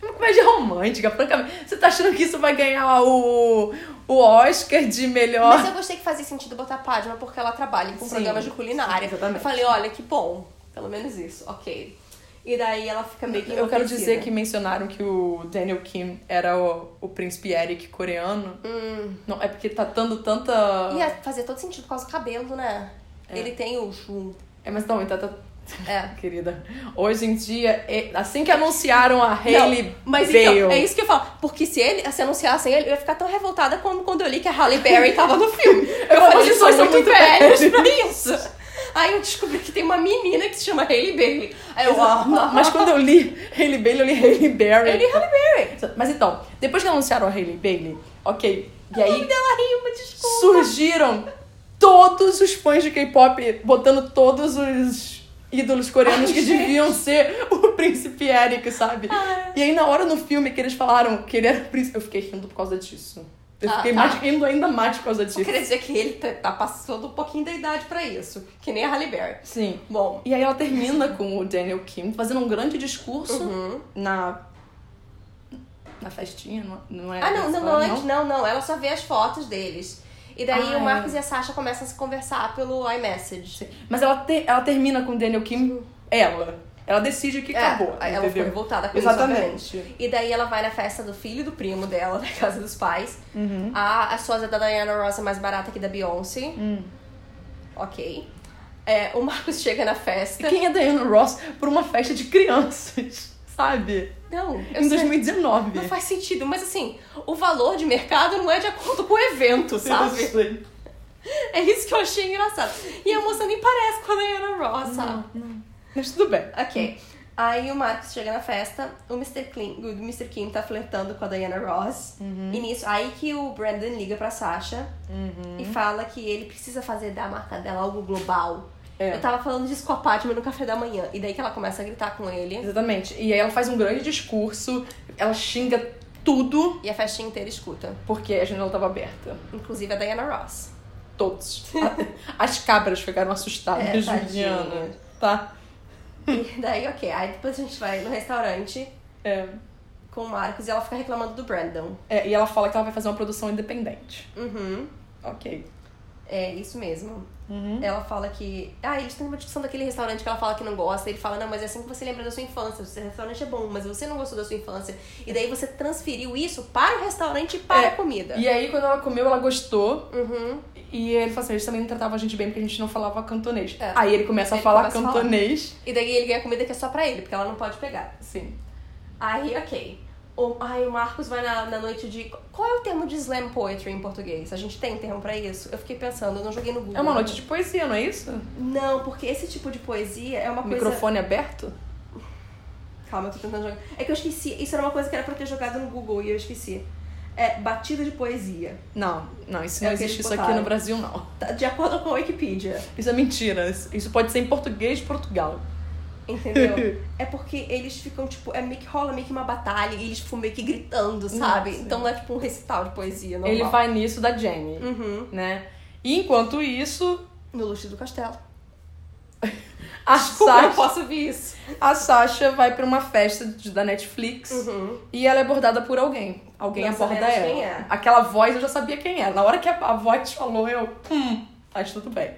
É uma comédia romântica, francamente. Você tá achando que isso vai ganhar o, o Oscar de melhor. Mas eu gostei que fazia sentido botar a Padma porque ela trabalha com Sim, programas de culinária. sim, exatamente. Eu falei, olha, que bom. Pelo menos isso, ok. E daí ela fica meio que Eu quero enlouquecida. dizer que mencionaram que o Daniel Kim era o, o príncipe Eric coreano. Hum. Não, é porque tá dando tanta. Ia fazer todo sentido por causa do cabelo, né? É. Ele tem o chum. É, mas não, então tá. É. Querida, hoje em dia, é- assim que anunciaram a Hailey Não, mas Bale, então, é isso que eu falo. Porque se ele se anunciassem ele, eu ia ficar tão revoltada como quando eu li que a Halle Berry tava no filme. Eu Como falei, vocês vocês são são muito é muito velhos pra isso. Aí eu descobri que tem uma menina que se chama Hailey Bailey. Aí eu, ah, Não, É, mas quando eu li Hailey Bailey, eu li Hailey Berry. Eu li Halle Berry. Mas então, depois que anunciaram a Hailey Bailey, ok. E O nome aí dela rima, desculpa. surgiram todos os fãs de K-pop botando todos os ídolos coreanos Ai, que gente. deviam ser o príncipe Eric, sabe? E aí na hora no filme que eles falaram que ele era o príncipe, eu fiquei rindo por causa disso. Eu Ah, fiquei tá. mais, indo ainda mais por causa Eu disso. queria dizer que ele tá, tá passando um pouquinho da idade pra isso. Que nem a Halle Berry. Sim. Bom. E aí ela termina com o Daniel Kim fazendo um grande discurso Uhum. na. Na festinha, não- não é? Ah, não, não, dessa não, hora, antes, não, não. Ela só vê as fotos deles. E daí Ah, o Marcos e a Sasha começam a se conversar pelo iMessage. Sim. Mas ela, te- ela termina com o Daniel Kim, ela. Ela decide que É, acabou. aí ela ficou entendeu? revoltada com isso. Exatamente. obviamente. E daí ela vai na festa do filho e do primo dela, na casa dos pais. Uhum. A, a sósia da Diana Ross é mais barata que da Beyoncé. Hum. Ok. É, o Marcos chega na E festa. quem é Diana Ross por uma festa de crianças, sabe? Não, eu em sei. 2019. Não faz sentido, mas assim, o valor de mercado não é de acordo com o evento, sabe? Seriously. É isso que eu achei engraçado. E a moça nem parece com a Diana Ross, sabe? Mas tudo bem. Ok. Aí o Marcos chega na festa, o Mr. Kim, o Mr. Kim tá flertando com a Diana Ross. E nisso, aí que o Brandon liga pra Sasha e fala que ele precisa fazer da marca dela algo global. É. Eu tava falando disso com a Padma no café da manhã. E daí que ela começa a gritar com ele. Exatamente. E aí ela faz um grande discurso, ela xinga tudo, E a festinha inteira escuta. porque a janela tava aberta. Inclusive a Diana Ross. Todos. A- As cabras ficaram assustadas, É, Juliana. tadinhas. Tá? E daí, ok. Aí depois a gente vai no restaurante É. com o Marcos e ela fica reclamando do Brandon. É, E ela fala que ela vai fazer uma produção independente. Uhum. Ok. É, isso mesmo. Uhum. Ela fala que. Ah, eles têm uma discussão daquele restaurante que ela fala que não gosta. Ele fala, não, mas é assim que você lembra da sua infância. Esse restaurante é bom, mas você não gostou da sua infância. E daí você transferiu isso para o restaurante e para É, a comida. E aí, quando ela comeu, ela gostou. Uhum. E ele fala assim: eles também não tratavam a gente bem porque a gente não falava cantonês. É. Aí ele começa a Ele falar começa a falar. cantonês. E daí ele ganha comida que é só pra ele, porque ela não pode pegar. Sim. Aí, ok. O, ai, o Marcos vai na, na noite de. Qual é o termo de slam poetry em português? A gente tem um termo pra isso? Eu fiquei pensando, eu não joguei no Google. É uma noite de poesia, não é isso? Não, porque esse tipo de poesia é uma coisa. Microfone aberto? Calma, eu tô tentando jogar. É que eu esqueci. Isso era uma coisa que era pra eu ter jogado no Google e eu esqueci. É batida de poesia. Não, não, isso É não o que existe eles isso aqui botaram. no Brasil, não. Tá, De acordo com a Wikipedia. Isso é mentira. Isso isso pode ser em português de Portugal. Entendeu? é porque eles ficam, tipo, é meio que rola meio que uma batalha e eles ficam meio que gritando, sabe? Nossa. Então não é tipo um recital de poesia, normal. Ele vai nisso da Jenny, Uhum. né? E enquanto isso, No luxo do castelo. a Desculpa, eu não Sasha, posso ouvir isso. a Sasha vai pra uma festa de- da Netflix Uhum. e ela é abordada por alguém. Alguém Não aborda sabemos ela. quem é. Aquela voz eu já sabia quem era. Na hora que a, a voz falou, eu. Hum, mas tudo bem.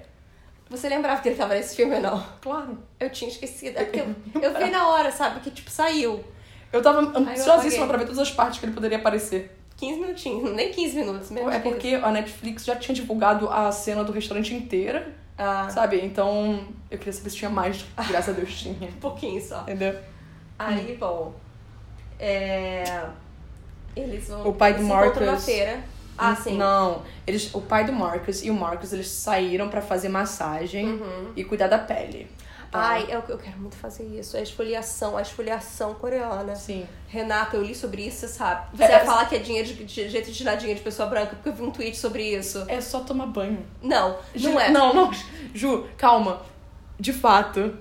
Você lembrava que ele tava nesse filme ou não? Claro. Eu tinha esquecido. É porque eu, eu vi na hora, sabe? Que tipo, saiu. Eu tava apaguei. ansiosíssima pra ver todas as partes que ele poderia aparecer. 15 minutinhos, nem 15 minutos mesmo. É porque a Netflix já tinha divulgado a cena do restaurante inteira. Ah, Sabe? Então, eu queria saber se tinha mais. Graças a Deus tinha. um pouquinho só. Entendeu? Aí, Hum. bom. É... Eles vão. O pai do eles se encontram Marcus- na feira. Ah, sim. Hum, Não. Eles, o pai do Marcus e o Marcus, eles saíram pra fazer massagem Uhum. e cuidar da pele. tá? Ai, é eu, eu quero muito fazer isso. é A esfoliação, a esfoliação coreana. Sim. Renata, eu li sobre isso, você sabe? Você É, vai é- falar que é dinheiro de, de jeito de tirar dinheiro de pessoa branca, porque eu vi um tweet sobre isso. É só tomar banho. Não, Ju- não é. Não, não. Ju, calma. De fato,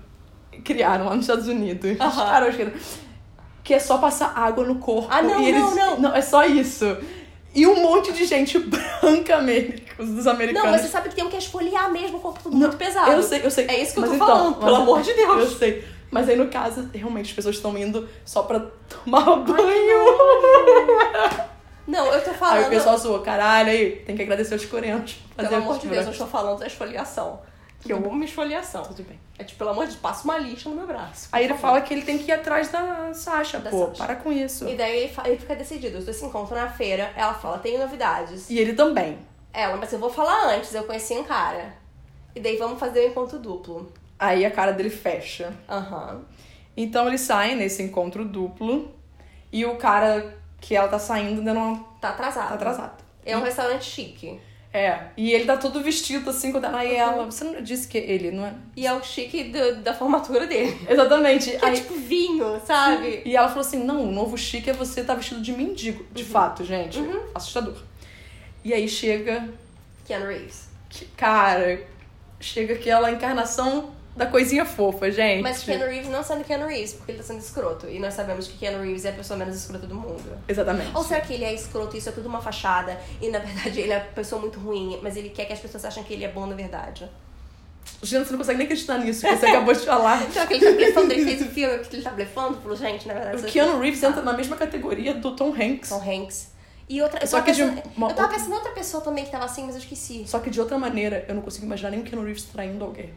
criaram lá nos Estados Unidos. Aham. Os caras criaram. Que é só passar água no corpo. Ah, não, e eles- não, não. Não, é só isso. E um monte de gente branca, america- os dos americanos. Não, mas você sabe que tem um que é esfoliar mesmo o corpo todo muito pesado. Eu sei, eu sei. É isso que eu Mas tô então, falando, mas- pelo amor de Deus. Eu sei. Mas aí, no caso, realmente, as pessoas estão indo só pra tomar banho. Não, eu tô Aí o falando. pessoal zoa, caralho, aí, tem que agradecer aos coreanos. por fazer Pelo amor de cultura." Deus, eu estou falando da esfoliação. Que eu amo esfoliação. Tudo bem. É tipo, pelo amor de Deus, passa uma lixa no meu braço. Aí ele fala que ele tem que ir atrás da Sasha, Da pô, Sasha. para com isso. E daí ele, fa- ele fica decidido. Os dois se encontram na feira. Ela fala, tenho novidades. E ele também. Ela, mas eu vou falar antes. Eu conheci um cara. E daí vamos fazer o encontro duplo. Aí a cara dele fecha. Aham. Então eles saem nesse encontro duplo e o cara que ela tá saindo ainda não Tá atrasado. tá atrasado. É um restaurante chique. É, e ele tá todo vestido assim, quando ela e Uhum. ela. Você não disse que ele, não é? E é o chique do- da formatura dele. Exatamente. Que é Aí- tipo vinho, sabe? E ela falou assim: não, o novo chique é você tá vestido de mendigo. De Uhum. fato, gente. Assustador. E aí chega. Keanu Reeves. que- cara, chega aquela encarnação da coisinha fofa, gente. Mas Keanu Reeves não sendo Keanu Reeves, porque ele tá sendo escroto. E nós sabemos que Keanu Reeves é a pessoa menos escrota do mundo. Exatamente. Ou será que ele é escroto e isso é tudo uma fachada? E na verdade ele é uma pessoa muito ruim, mas ele quer que as pessoas achem que ele é bom na verdade. Gente, você não consegue nem acreditar nisso que você acabou de falar. Será que ele tá blefando? Ele fez o filme que ele tá blefando? Falou, gente, na verdade. O vocês- Keanu Reeves entra na mesma categoria do Tom Hanks. Tom Hanks. E outra. Eu Só tava, que de um- pensando, uma eu tava outra- pensando em outra pessoa também que tava assim, mas eu esqueci. Só que de outra maneira, eu não consigo imaginar nem o Keanu Reeves traindo alguém.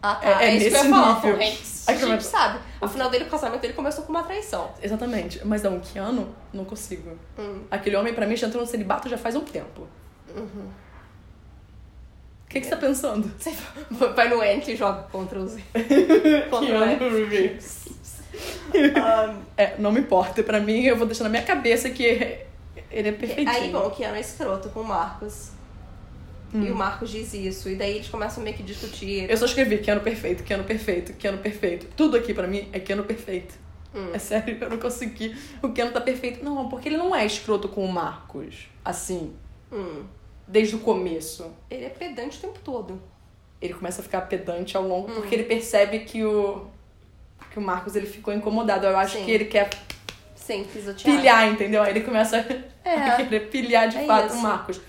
Ah, tá. É- é isso que eu nesse ia falar. nível. Tom Hanks. Ai, A que gente merda. sabe. Afinal dele, o casamento dele começou com uma traição. Exatamente. Mas não, o Keanu, não consigo. Hum. Aquele homem, pra mim, já entrou no celibato já faz um tempo. O que, que você tá pensando? Uhum. Você é vai no Enter e joga contra os. Keanu né? Reeves. É, não me importa. Pra mim, eu vou deixar na minha cabeça que ele é perfeitinho. Aí, bom, o Keanu é escroto com o Marcos. E o Marcos diz isso. E daí eles começam meio que discutir. Hum. Eu só escrevi Keanu perfeito, Keanu perfeito, Keanu perfeito. Tudo aqui pra mim é Keanu perfeito. Hum. É sério, eu não consegui. O Keanu tá perfeito. Não, porque ele não é escroto com o Marcos. Assim, Hum. desde o começo. Ele é pedante o tempo todo. Ele começa a ficar pedante ao Hum. longo, porque ele percebe que o. Que o Marcos ele ficou incomodado. Eu acho Sim. que ele quer Sem pisotear. pilhar, entendeu? Aí ele começa a É. querer pilhar de É fato isso. o Marcos.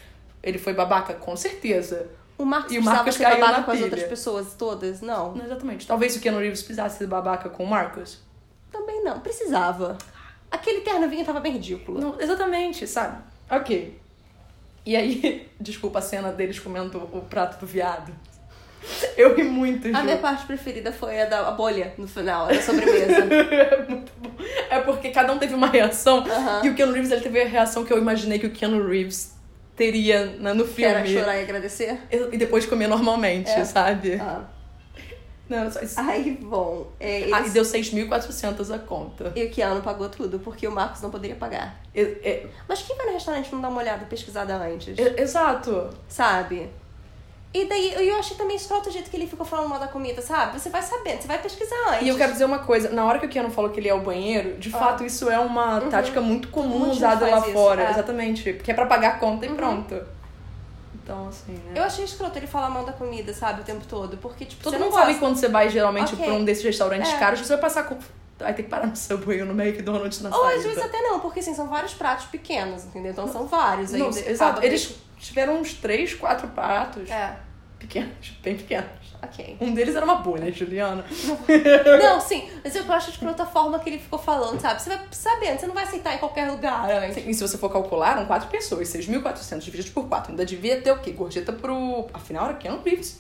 Ele foi babaca? Com certeza. O Marcos E o precisava Marcos ser caiu babaca na com as pilha. outras pessoas todas? Não. Não, exatamente. Talvez se o Keanu Reeves precisasse ser babaca com o Marcos. Também não. Precisava. Aquele terno vinho tava bem ridículo. Não, exatamente, sabe? Ok. E aí, desculpa a cena deles comendo o prato do viado. Eu ri muito, Ju. A minha parte preferida foi a da a bolha no final, a da sobremesa. É muito bom. É porque cada um teve uma reação. Aham. E o Keanu Reeves ele teve a reação que eu imaginei que o Keanu Reeves teria na- no que era filme. chorar e agradecer. E depois comer normalmente, É. sabe? Ah. Não, só isso. Aí, bom. É, Ah, e eles... deu 6.400 a conta. E o Keanu pagou tudo, porque o Marcos não poderia pagar. E- e- Mas quem vai no restaurante não dá uma olhada pesquisada antes? e- é, exato. Sabe? E daí, eu- eu achei também escroto o jeito que ele ficou falando mal da comida, sabe? Você vai sabendo, você vai pesquisar antes. E eu quero dizer uma coisa, na hora que o Keanu falou que ele é o banheiro, de fato isso é uma tática muito comum Ah. Uhum. Muita gente usada lá faz isso, fora. é. Exatamente. Porque é pra pagar a conta e Uhum. pronto. Então, assim, né? Eu achei escroto ele falar mal da comida, sabe, o tempo todo. Porque, tipo, Todo você mundo não sabe gosta. quando você vai geralmente Ok. pra um desses restaurantes É. caros, você vai passar com. Vai ter que parar no Subway ou no McDonald's na Ou saída. às vezes até não, porque assim, são vários pratos pequenos, entendeu? Então são vários. aí Não, de- exato. acaba- Eles tiveram uns três, quatro pratos Ah, É, pequenos, bem pequenos. ok. Um deles era uma bolha, Juliana. não, sim, mas eu acho escrota a forma que ele ficou falando, sabe? Você vai sabendo, você não vai aceitar em qualquer lugar antes. Ah, é, E se você for calcular, eram quatro pessoas, 6.400 dividido por quatro. Ainda devia ter o quê? Gorjeta pro. Afinal, era Keanu Reeves.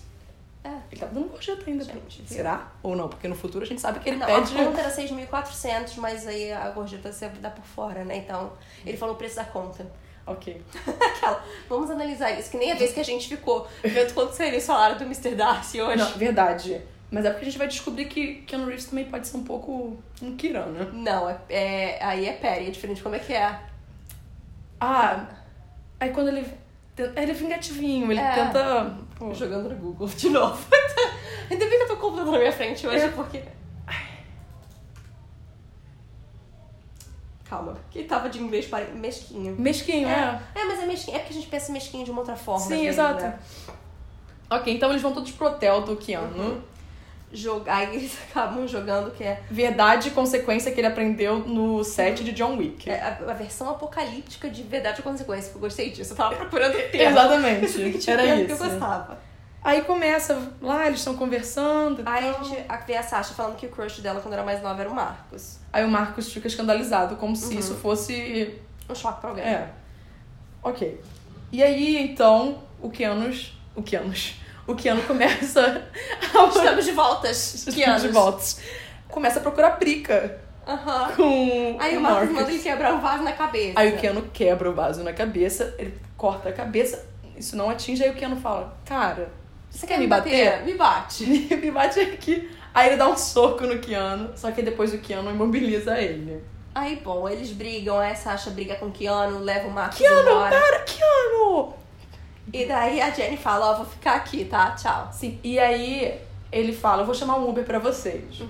É. Ele tava dando gorjeta ainda. pra- Gente, viu? Será? Ou não? Porque no futuro a gente sabe que ele Não, pede. a conta era 6.400, mas aí a gorjeta você dá por fora, né? Então, ele falou o preço da conta. Ok. Aquela, vamos analisar isso, que nem a vez que a gente ficou vendo quanto seria o salário do Mr. Darcy hoje. Não, verdade. Mas é porque a gente vai descobrir que Keanu Reeves também pode ser um pouco um Kiran, né? Não, é, é- aí é Perry, é diferente como é que é. Ah, aí quando ele. Ele é vingativinho, ele É. tenta. Pô. Jogando no Google de novo. Então, Ainda bem que eu tô com o computador na minha frente hoje, porque. Calma, que tava de inglês para mesquinho. Mesquinho, é. É, mas é mesquinho. É porque a gente pensa mesquinho de uma outra forma. Sim, às vezes, exato. né? Ok, então eles vão todos pro hotel do Keanu. Jogar, aí eles acabam jogando que é, Verdade e consequência que ele aprendeu no set de John Wick. é a, a versão apocalíptica de verdade ou consequência. Eu gostei disso, eu tava procurando o termo. Exatamente. Era Que eu É. isso. gostava. Aí começa, lá eles estão conversando. e Aí a tal. gente a- vê a Sasha falando que o crush dela quando era mais nova era o Marcos. Aí o Marcos fica escandalizado, como Uhum. se isso fosse Um choque pra alguém. É. Ok. E aí, então, o Keanos. O Keanos. O Keanu começa a Estamos de voltas. Que de anos? voltas. Começa a procurar brica Aham. com Aí o Marcos manda ele quebrar um vaso na cabeça. Aí o Keanu quebra o vaso na cabeça, ele corta a cabeça, isso não atinge, aí o Keanu fala, cara, Você quer me bater? Me bate. me bate aqui. Aí ele dá um soco no Keanu, só que depois o Keanu imobiliza ele. Aí, bom, eles brigam, aí a Sasha briga com o Keanu, leva o Marcos Keanu, embora. para, Keanu! E daí a Jenny fala, ó, vou ficar aqui, tá? Tchau. Sim, e aí ele fala, eu vou chamar um Uber pra vocês.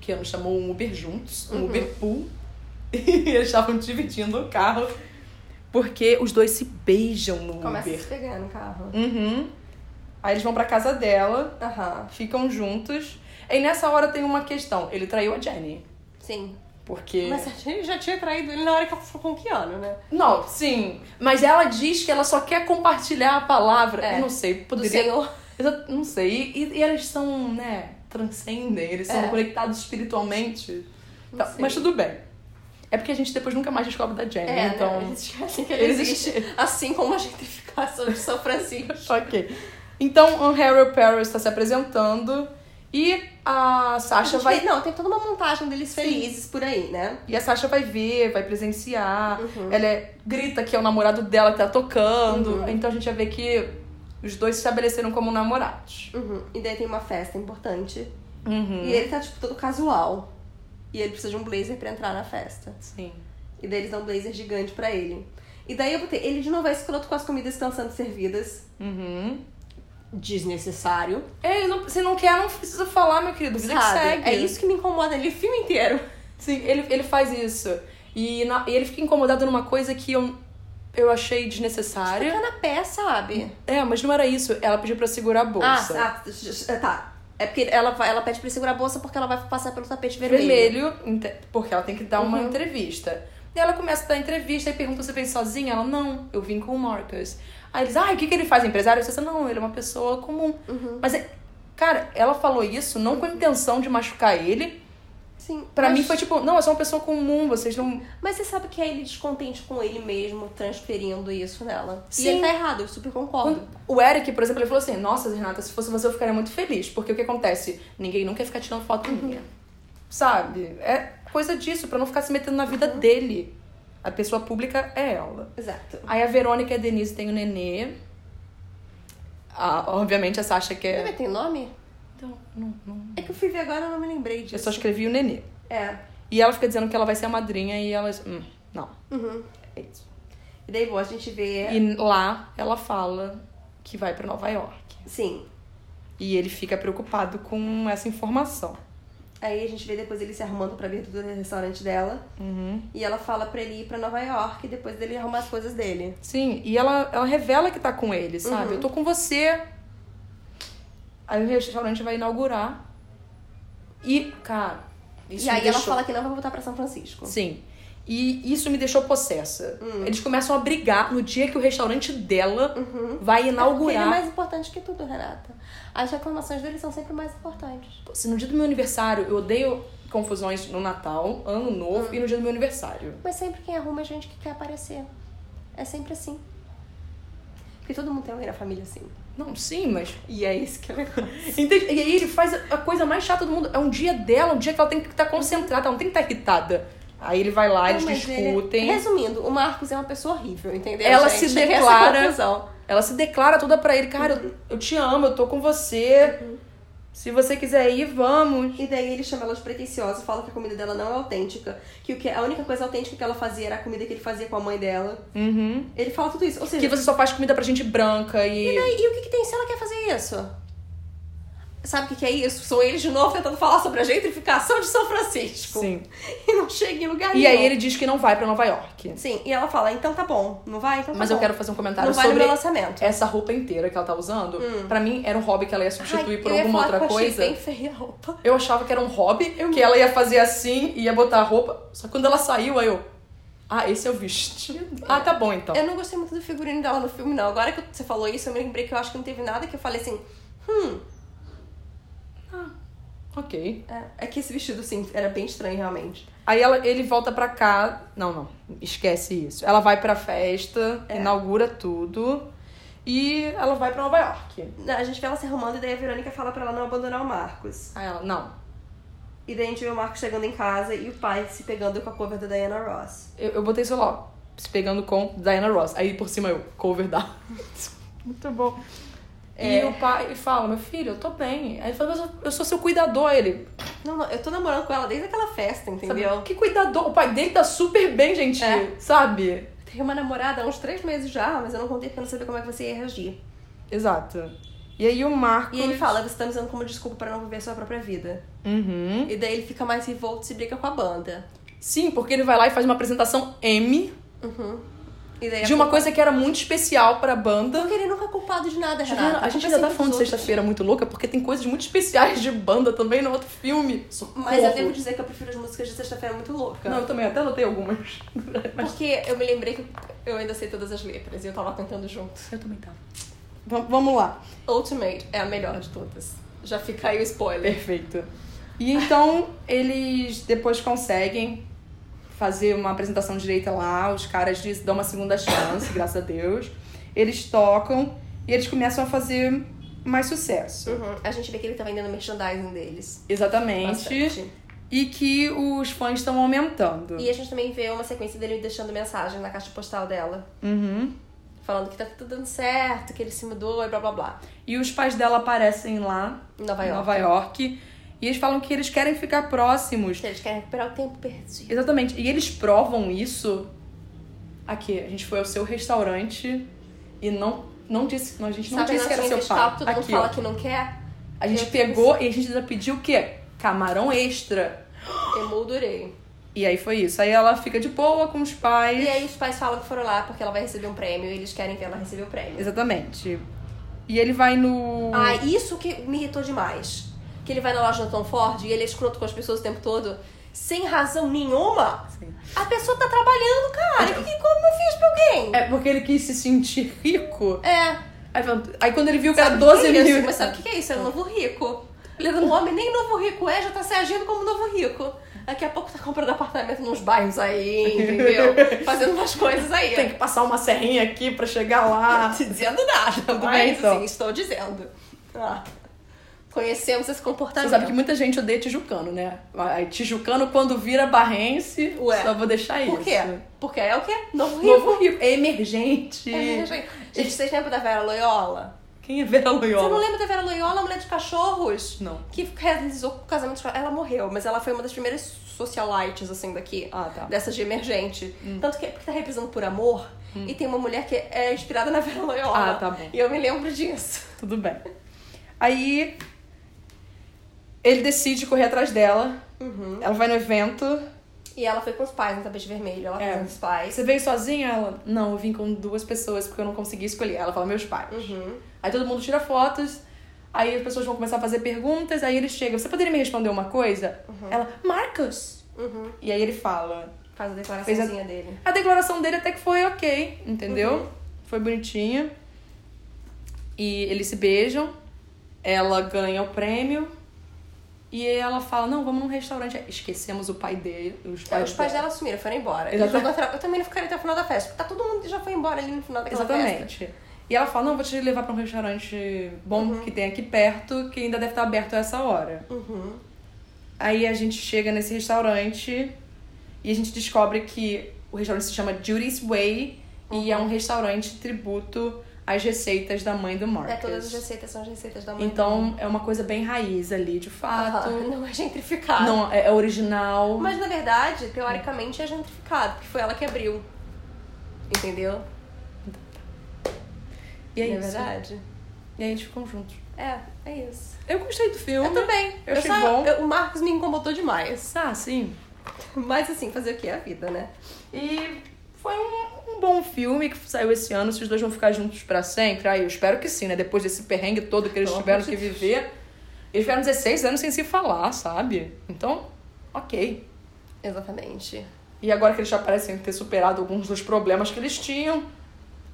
Que ano chamou um Uber juntos, um Uber pool. E eles estavam dividindo o carro. Porque os dois se beijam no Começa a Uber. se pegar no carro. Uhum. Aí eles vão pra casa dela, Aham. ficam juntos. E nessa hora tem uma questão. Ele traiu a Jenny. Sim. Porque. Mas a gente já tinha traído ele na hora que eu fui com que ano, né? Não, sim. Mas ela diz que ela só quer compartilhar a palavra. É. Eu não sei, Do poderia. Senhor. Eu não sei. E, e- e eles são, né, transcendem, eles são É. conectados espiritualmente. Não Tá, sei. mas tudo bem. É porque a gente depois nunca mais descobre da Jenny, É, então. então... Eles esquecem que ele Eles existe. Assim como a gentrificação de São Francisco. Ok. Então o Harold Paris está se apresentando e a Sasha Acho vai. que- Não, tem toda uma montagem deles Sim. felizes por aí, né? E a Sasha vai ver, vai presenciar. Uhum. Ela é- grita que é o namorado dela que tá tocando. Então a gente já vê que os dois se estabeleceram como namorados. Uhum. E daí tem uma festa importante. Uhum. E ele tá, tipo, todo casual. E ele precisa de um blazer pra entrar na festa. Sim. E daí eles dão um blazer gigante pra ele. E daí eu botei. Ele de novo é escroto com as comidas que estão sendo servidas. Uhum. Desnecessário. É, ele não- se não quer, não precisa falar, meu querido. Vida que Sabe? segue. É isso que me incomoda ele o filme inteiro. Sim, ele, ele faz isso. E, na- e ele fica incomodado numa coisa que eu, eu achei desnecessária. Fica na pé, sabe? É, mas não era isso. Ela pediu pra segurar a bolsa. Ah, ah, tá. É porque ela, vai- ela pede pra ele segurar a bolsa porque ela vai passar pelo tapete vermelho. vermelho, inte- porque ela tem que dar uma Uhum. entrevista. E ela começa a dar entrevista e pergunta se vem sozinha. Ela, não, eu vim com o Marcus. Aí eles, ah, o que, que ele faz? Empresário? Você não, ele é uma pessoa comum. Uhum. Mas, é- cara, ela falou isso não com a intenção de machucar ele. Sim. Pra mas- mim foi tipo, não, eu sou uma pessoa comum, vocês não. Mas você sabe que é ele descontente com ele mesmo, transferindo isso nela. Sim. E ele tá errado, eu super concordo. Quando- O Eric, por exemplo, ele falou assim: Nossa, Renata, se fosse você, eu ficaria muito feliz. Porque o que acontece? Ninguém nunca fica tirando foto minha. Uhum. Sabe? É coisa disso, pra não ficar se metendo na vida Uhum. dele. A pessoa pública é ela. Exato. Aí a Verônica e a Denise têm o nenê. Ah, obviamente a Sasha É. quer. tem nome? Então, não, não. É que eu fui ver agora e não me lembrei disso. Eu só escrevi o nenê. É. E ela fica dizendo que ela vai ser a madrinha e elas. Hum, não. Uhum. É isso. E daí, bom, a gente vê. E lá ela fala que vai pra Nova York. Sim. E ele fica preocupado com essa informação. Aí a gente vê depois ele se arrumando pra vir do restaurante dela. Uhum. E ela fala pra ele ir pra Nova York e depois dele arrumar as coisas dele. Sim, e ela, ela revela que tá com ele, Uhum. sabe? Eu tô com você. Aí o restaurante vai inaugurar. E, cara, isso me e aí deixou... ela fala que não vai voltar pra São Francisco. Sim. E isso me deixou possessa. Hum. Eles começam a brigar no dia que o restaurante dela vai Porque ele é inaugurar. mais importante que tudo, Renata. As reclamações dele são sempre mais importantes. Pô, se no dia do meu aniversário, eu odeio confusões no Natal, Ano Hum. Novo e no dia do meu aniversário. Mas sempre quem arruma é gente que quer aparecer. É sempre assim. Porque todo mundo tem alguém na família assim. Não, sim, mas E é isso que é legal. Assim, Entende? E aí ele faz a coisa mais chata do mundo. É um dia dela, um dia que ela tem que estar concentrada, ela não tem que estar irritada. Aí ele vai lá, eles discutem. Resumindo, o Marcos é uma pessoa horrível, entendeu? Ela gente? se Chega essa é declara- conclusão. Ela se declara toda pra ele, cara, Uhum. eu, eu te amo, eu tô com você. Se você quiser ir, vamos. E daí ele chama ela de pretensiosa, fala que a comida dela não é autêntica, que, o que a única coisa autêntica que ela fazia era a comida que ele fazia com a mãe dela. Uhum. Ele fala tudo isso. Ou seja, Que você só faz comida pra gente branca e. e, é e o que, que tem se ela quer fazer isso? Sabe o que, que é isso? São eles de novo tentando falar sobre a gentrificação de São Francisco. Sim. E não chega em lugar E nenhum. aí ele diz que não vai pra Nova York. Sim, e ela fala, então tá bom, não vai? Então tá Mas bom. eu quero fazer um comentário Não vai no sobre meu lançamento. essa roupa inteira que ela tá usando. Pra mim, era um hobby que ela ia substituir Ai, por eu ia alguma falar que outra eu achei coisa. bem feia a roupa. Eu achava que era um hobby, que ela ia fazer assim, ia botar a roupa. Só que quando ela saiu, aí eu. Ah, esse é o vestido. Ah, tá bom então. Eu não gostei muito do figurino dela no filme, não. Agora que você falou isso, eu me lembrei que eu acho que não teve nada que eu falei assim, hum... Ok. É, é que esse vestido, sim, era bem estranho, realmente. Aí ela, ele volta pra cá. Não, não. Esquece isso. Ela vai pra festa, inaugura tudo. E ela vai pra Nova York. A gente vê ela se arrumando e daí a Verônica fala pra ela não abandonar o Marcos. Aí ela, não. E daí a gente vê o Marcos chegando em casa e o pai se pegando com a cover da Diana Ross. Eu, eu botei, sei lá, se pegando com Diana Ross. Aí por cima eu, cover da. Muito bom. E É. o pai fala, meu filho, eu tô bem. Aí ele fala, mas eu- eu sou seu cuidador. Aí ele, Não, não, eu tô namorando com ela desde aquela festa, Sabe? entendeu? Que cuidador. O pai dele tá super bem, gente. É. Sabe? Tenho uma namorada há uns três meses já, mas eu não contei porque eu não sabia como é que você ia reagir. Exato. E aí o Marcos. E ele fala, você Hum? tá me usando como desculpa pra não viver a sua própria vida. Uhum. E daí ele fica mais revolto e se briga com a banda. Sim, porque ele vai lá e faz uma apresentação M E daí de É. a... uma coisa que era muito especial pra banda. Porque ele nunca co- culpado de nada, Juliana, Renata. a gente Culpa é ainda tá falando sempre de dos outros. sexta-feira muito louca porque tem coisas muito especiais de banda também no outro filme. Mas eu Socorro. devo dizer que eu prefiro as músicas de sexta-feira é muito louca. É. Não, eu também até anotei algumas. Porque eu me lembrei que eu ainda sei todas as letras e eu tava cantando junto. Eu também tava. vamos lá. Ultimate é a melhor de todas. Já fica aí o spoiler. Perfeito. E então eles depois conseguem fazer uma apresentação direita lá, os caras diz- dão uma segunda chance, graças a Deus. Eles tocam e eles começam a fazer mais sucesso. Uhum. A gente vê que ele tá vendendo merchandising deles. Exatamente. Bastante. E que os fãs estão aumentando. E a gente também vê uma sequência dele deixando mensagem na caixa postal dela. Uhum. Falando que tá tudo dando certo, que ele se mudou e blá blá blá. E os pais dela aparecem lá Em Nova em York. Nova York. E eles falam que eles querem ficar próximos. Eles querem recuperar o tempo perdido. Exatamente. E eles provam isso. Aqui, a gente foi ao seu restaurante e não, não disse. Não, a gente não Sabe, né, disse na que era sua seu festal, pai. todo mundo Aqui, fala ó. que não quer. A gente Eu pegou e a gente ainda pediu o quê? Camarão extra. Emoldurei. E aí foi isso. Aí ela fica de boa com os pais. E aí os pais falam que foram lá porque ela vai receber um prêmio e eles querem ver ela receber o prêmio. Exatamente. E ele vai no. Ah, isso que me irritou demais. Que ele vai na loja do Tom Ford e ele é escroto com as pessoas o tempo todo, sem razão nenhuma. Sim. A pessoa tá trabalhando, cara. Que, que- como eu fiz pra alguém? É porque ele quis se sentir rico. É. Aí, falando- aí quando ele viu que era Sabe 12 o que é isso? mil. Mas sabe o que é isso? É o novo rico. O homem nem novo rico é, já tá se agindo como novo rico. Daqui a pouco tá comprando apartamento nos bairros aí, entendeu? Fazendo umas coisas aí. Tem que passar uma serrinha aqui pra chegar lá. te dizendo nada, Tudo mas bem, então. assim, estou dizendo. Ah, conhecemos esse Você comportamento. sabe que muita gente odeia tijucano, né? Aí, Tijucano, quando vira barrense, Ué, só vou deixar isso. Por quê? Porque é o quê? Novo rico. Novo Rio. É emergente. É, gente, gente, vocês lembram da Vera Loyola? Quem é Vera Você não Loyola? lembra da Vera Loyola, a mulher de cachorros? Não. Que realizou o casamento de Ela morreu, mas ela foi uma das primeiras socialites, assim, daqui. Ah, tá. Hum. Dessas de emergente. Tanto que porque tá reprisando por amor. E tem uma mulher que é inspirada na Vera Loyola. Ah, tá bom. E eu me lembro disso. Tudo bem. Aí, ele decide correr atrás dela. Uhum. Ela vai no evento. E ela foi com os pais no tapete vermelho. Ela É. foi com os pais. Você veio sozinha? Ela, não, eu vim com duas pessoas porque eu não consegui escolher. Ela fala, meus pais. Uhum. Aí todo mundo tira fotos, aí as pessoas vão começar a fazer perguntas, aí ele chega, você poderia me responder uma coisa? Ela, Marcos! Uhum. E aí ele fala. Faz a declaraçãozinha dele. A declaração dele até que foi ok, entendeu? Uhum. Foi bonitinha. E eles se beijam, ela ganha o prêmio. E ela fala, não, vamos num restaurante. Esquecemos o pai dele, os É, pais, Os pais dela. dela sumiram, foram embora. Exatamente. Eles não encontraram- Eu também não ficaria até o final da festa, porque tá todo mundo já foi embora ali no final daquela festa. Exatamente. E ela fala, não, vou te levar pra um restaurante bom que tem aqui perto, que ainda deve estar aberto a essa hora. Uhum. Aí a gente chega nesse restaurante e a gente descobre que o restaurante se chama Judy's Way e Uhum. é um restaurante tributo às receitas da mãe do Marcus. É, todas as receitas são as receitas da mãe. Então é uma coisa bem raiz ali, de fato. Aham, não é gentrificado. Não, é, é original. Mas na verdade, teoricamente é gentrificado, porque foi ela que abriu. Entendeu? e é na isso. verdade. E aí eles ficam juntos. É, é isso. Eu gostei do filme. Eu também. Eu achei só- bom. eu- o Marcos me incomodou demais. Ah, sim. Mas assim, fazer o que? É a vida, né? E foi um, um bom filme que saiu esse ano. Se os dois vão ficar juntos pra sempre, aí eu espero que sim, né? Depois desse perrengue todo que eles Pelo tiveram amor que de viver. Eles tiveram 16 anos sem se falar, sabe? Então, ok. Exatamente. E agora que eles já parecem ter superado alguns dos problemas que eles tinham.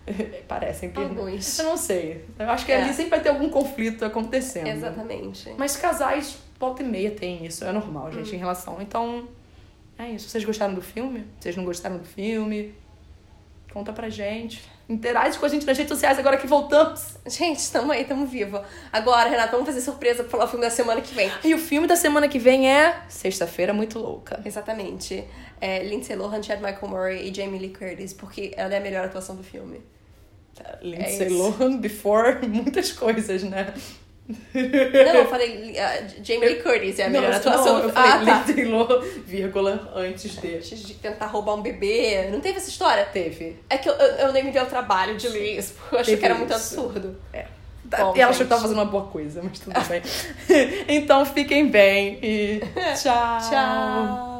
parecem ter. né? Alguns. Eu não sei. Eu acho que É. ali sempre vai ter algum conflito acontecendo. Exatamente. Mas casais, volta e meia tem isso. É normal, Hum. gente, em relação. Então, é isso. Vocês gostaram do filme? Vocês não gostaram do filme? Conta pra gente. Interage com a gente nas redes sociais agora que voltamos. Gente, tamo aí, tamo vivo. Agora, Renata, vamos fazer surpresa pra falar o filme da semana que vem. E o filme da semana que vem é Sexta-feira Muito Louca. Exatamente. É, Lindsay Lohan, Chad Michael Murray e Jamie Lee Curtis, porque ela é a melhor atuação do filme. Lindsay É isso. Lohan, Before, muitas coisas, né? Não, eu falei ah, Jamie Lee Curtis é a melhor não, não, atuação do eu filme. falei Ah, tá. Lindsay Lohan, vírgula, antes de. Antes de tentar roubar um bebê. Não teve essa história? Teve. É que eu, eu, eu nem me dei o trabalho de ler isso, porque eu achei Teve que era muito isso. absurdo. É. Bom, e ela achou gente. que tava fazendo uma boa coisa, mas tudo bem. então fiquem bem e tchau. Tchau.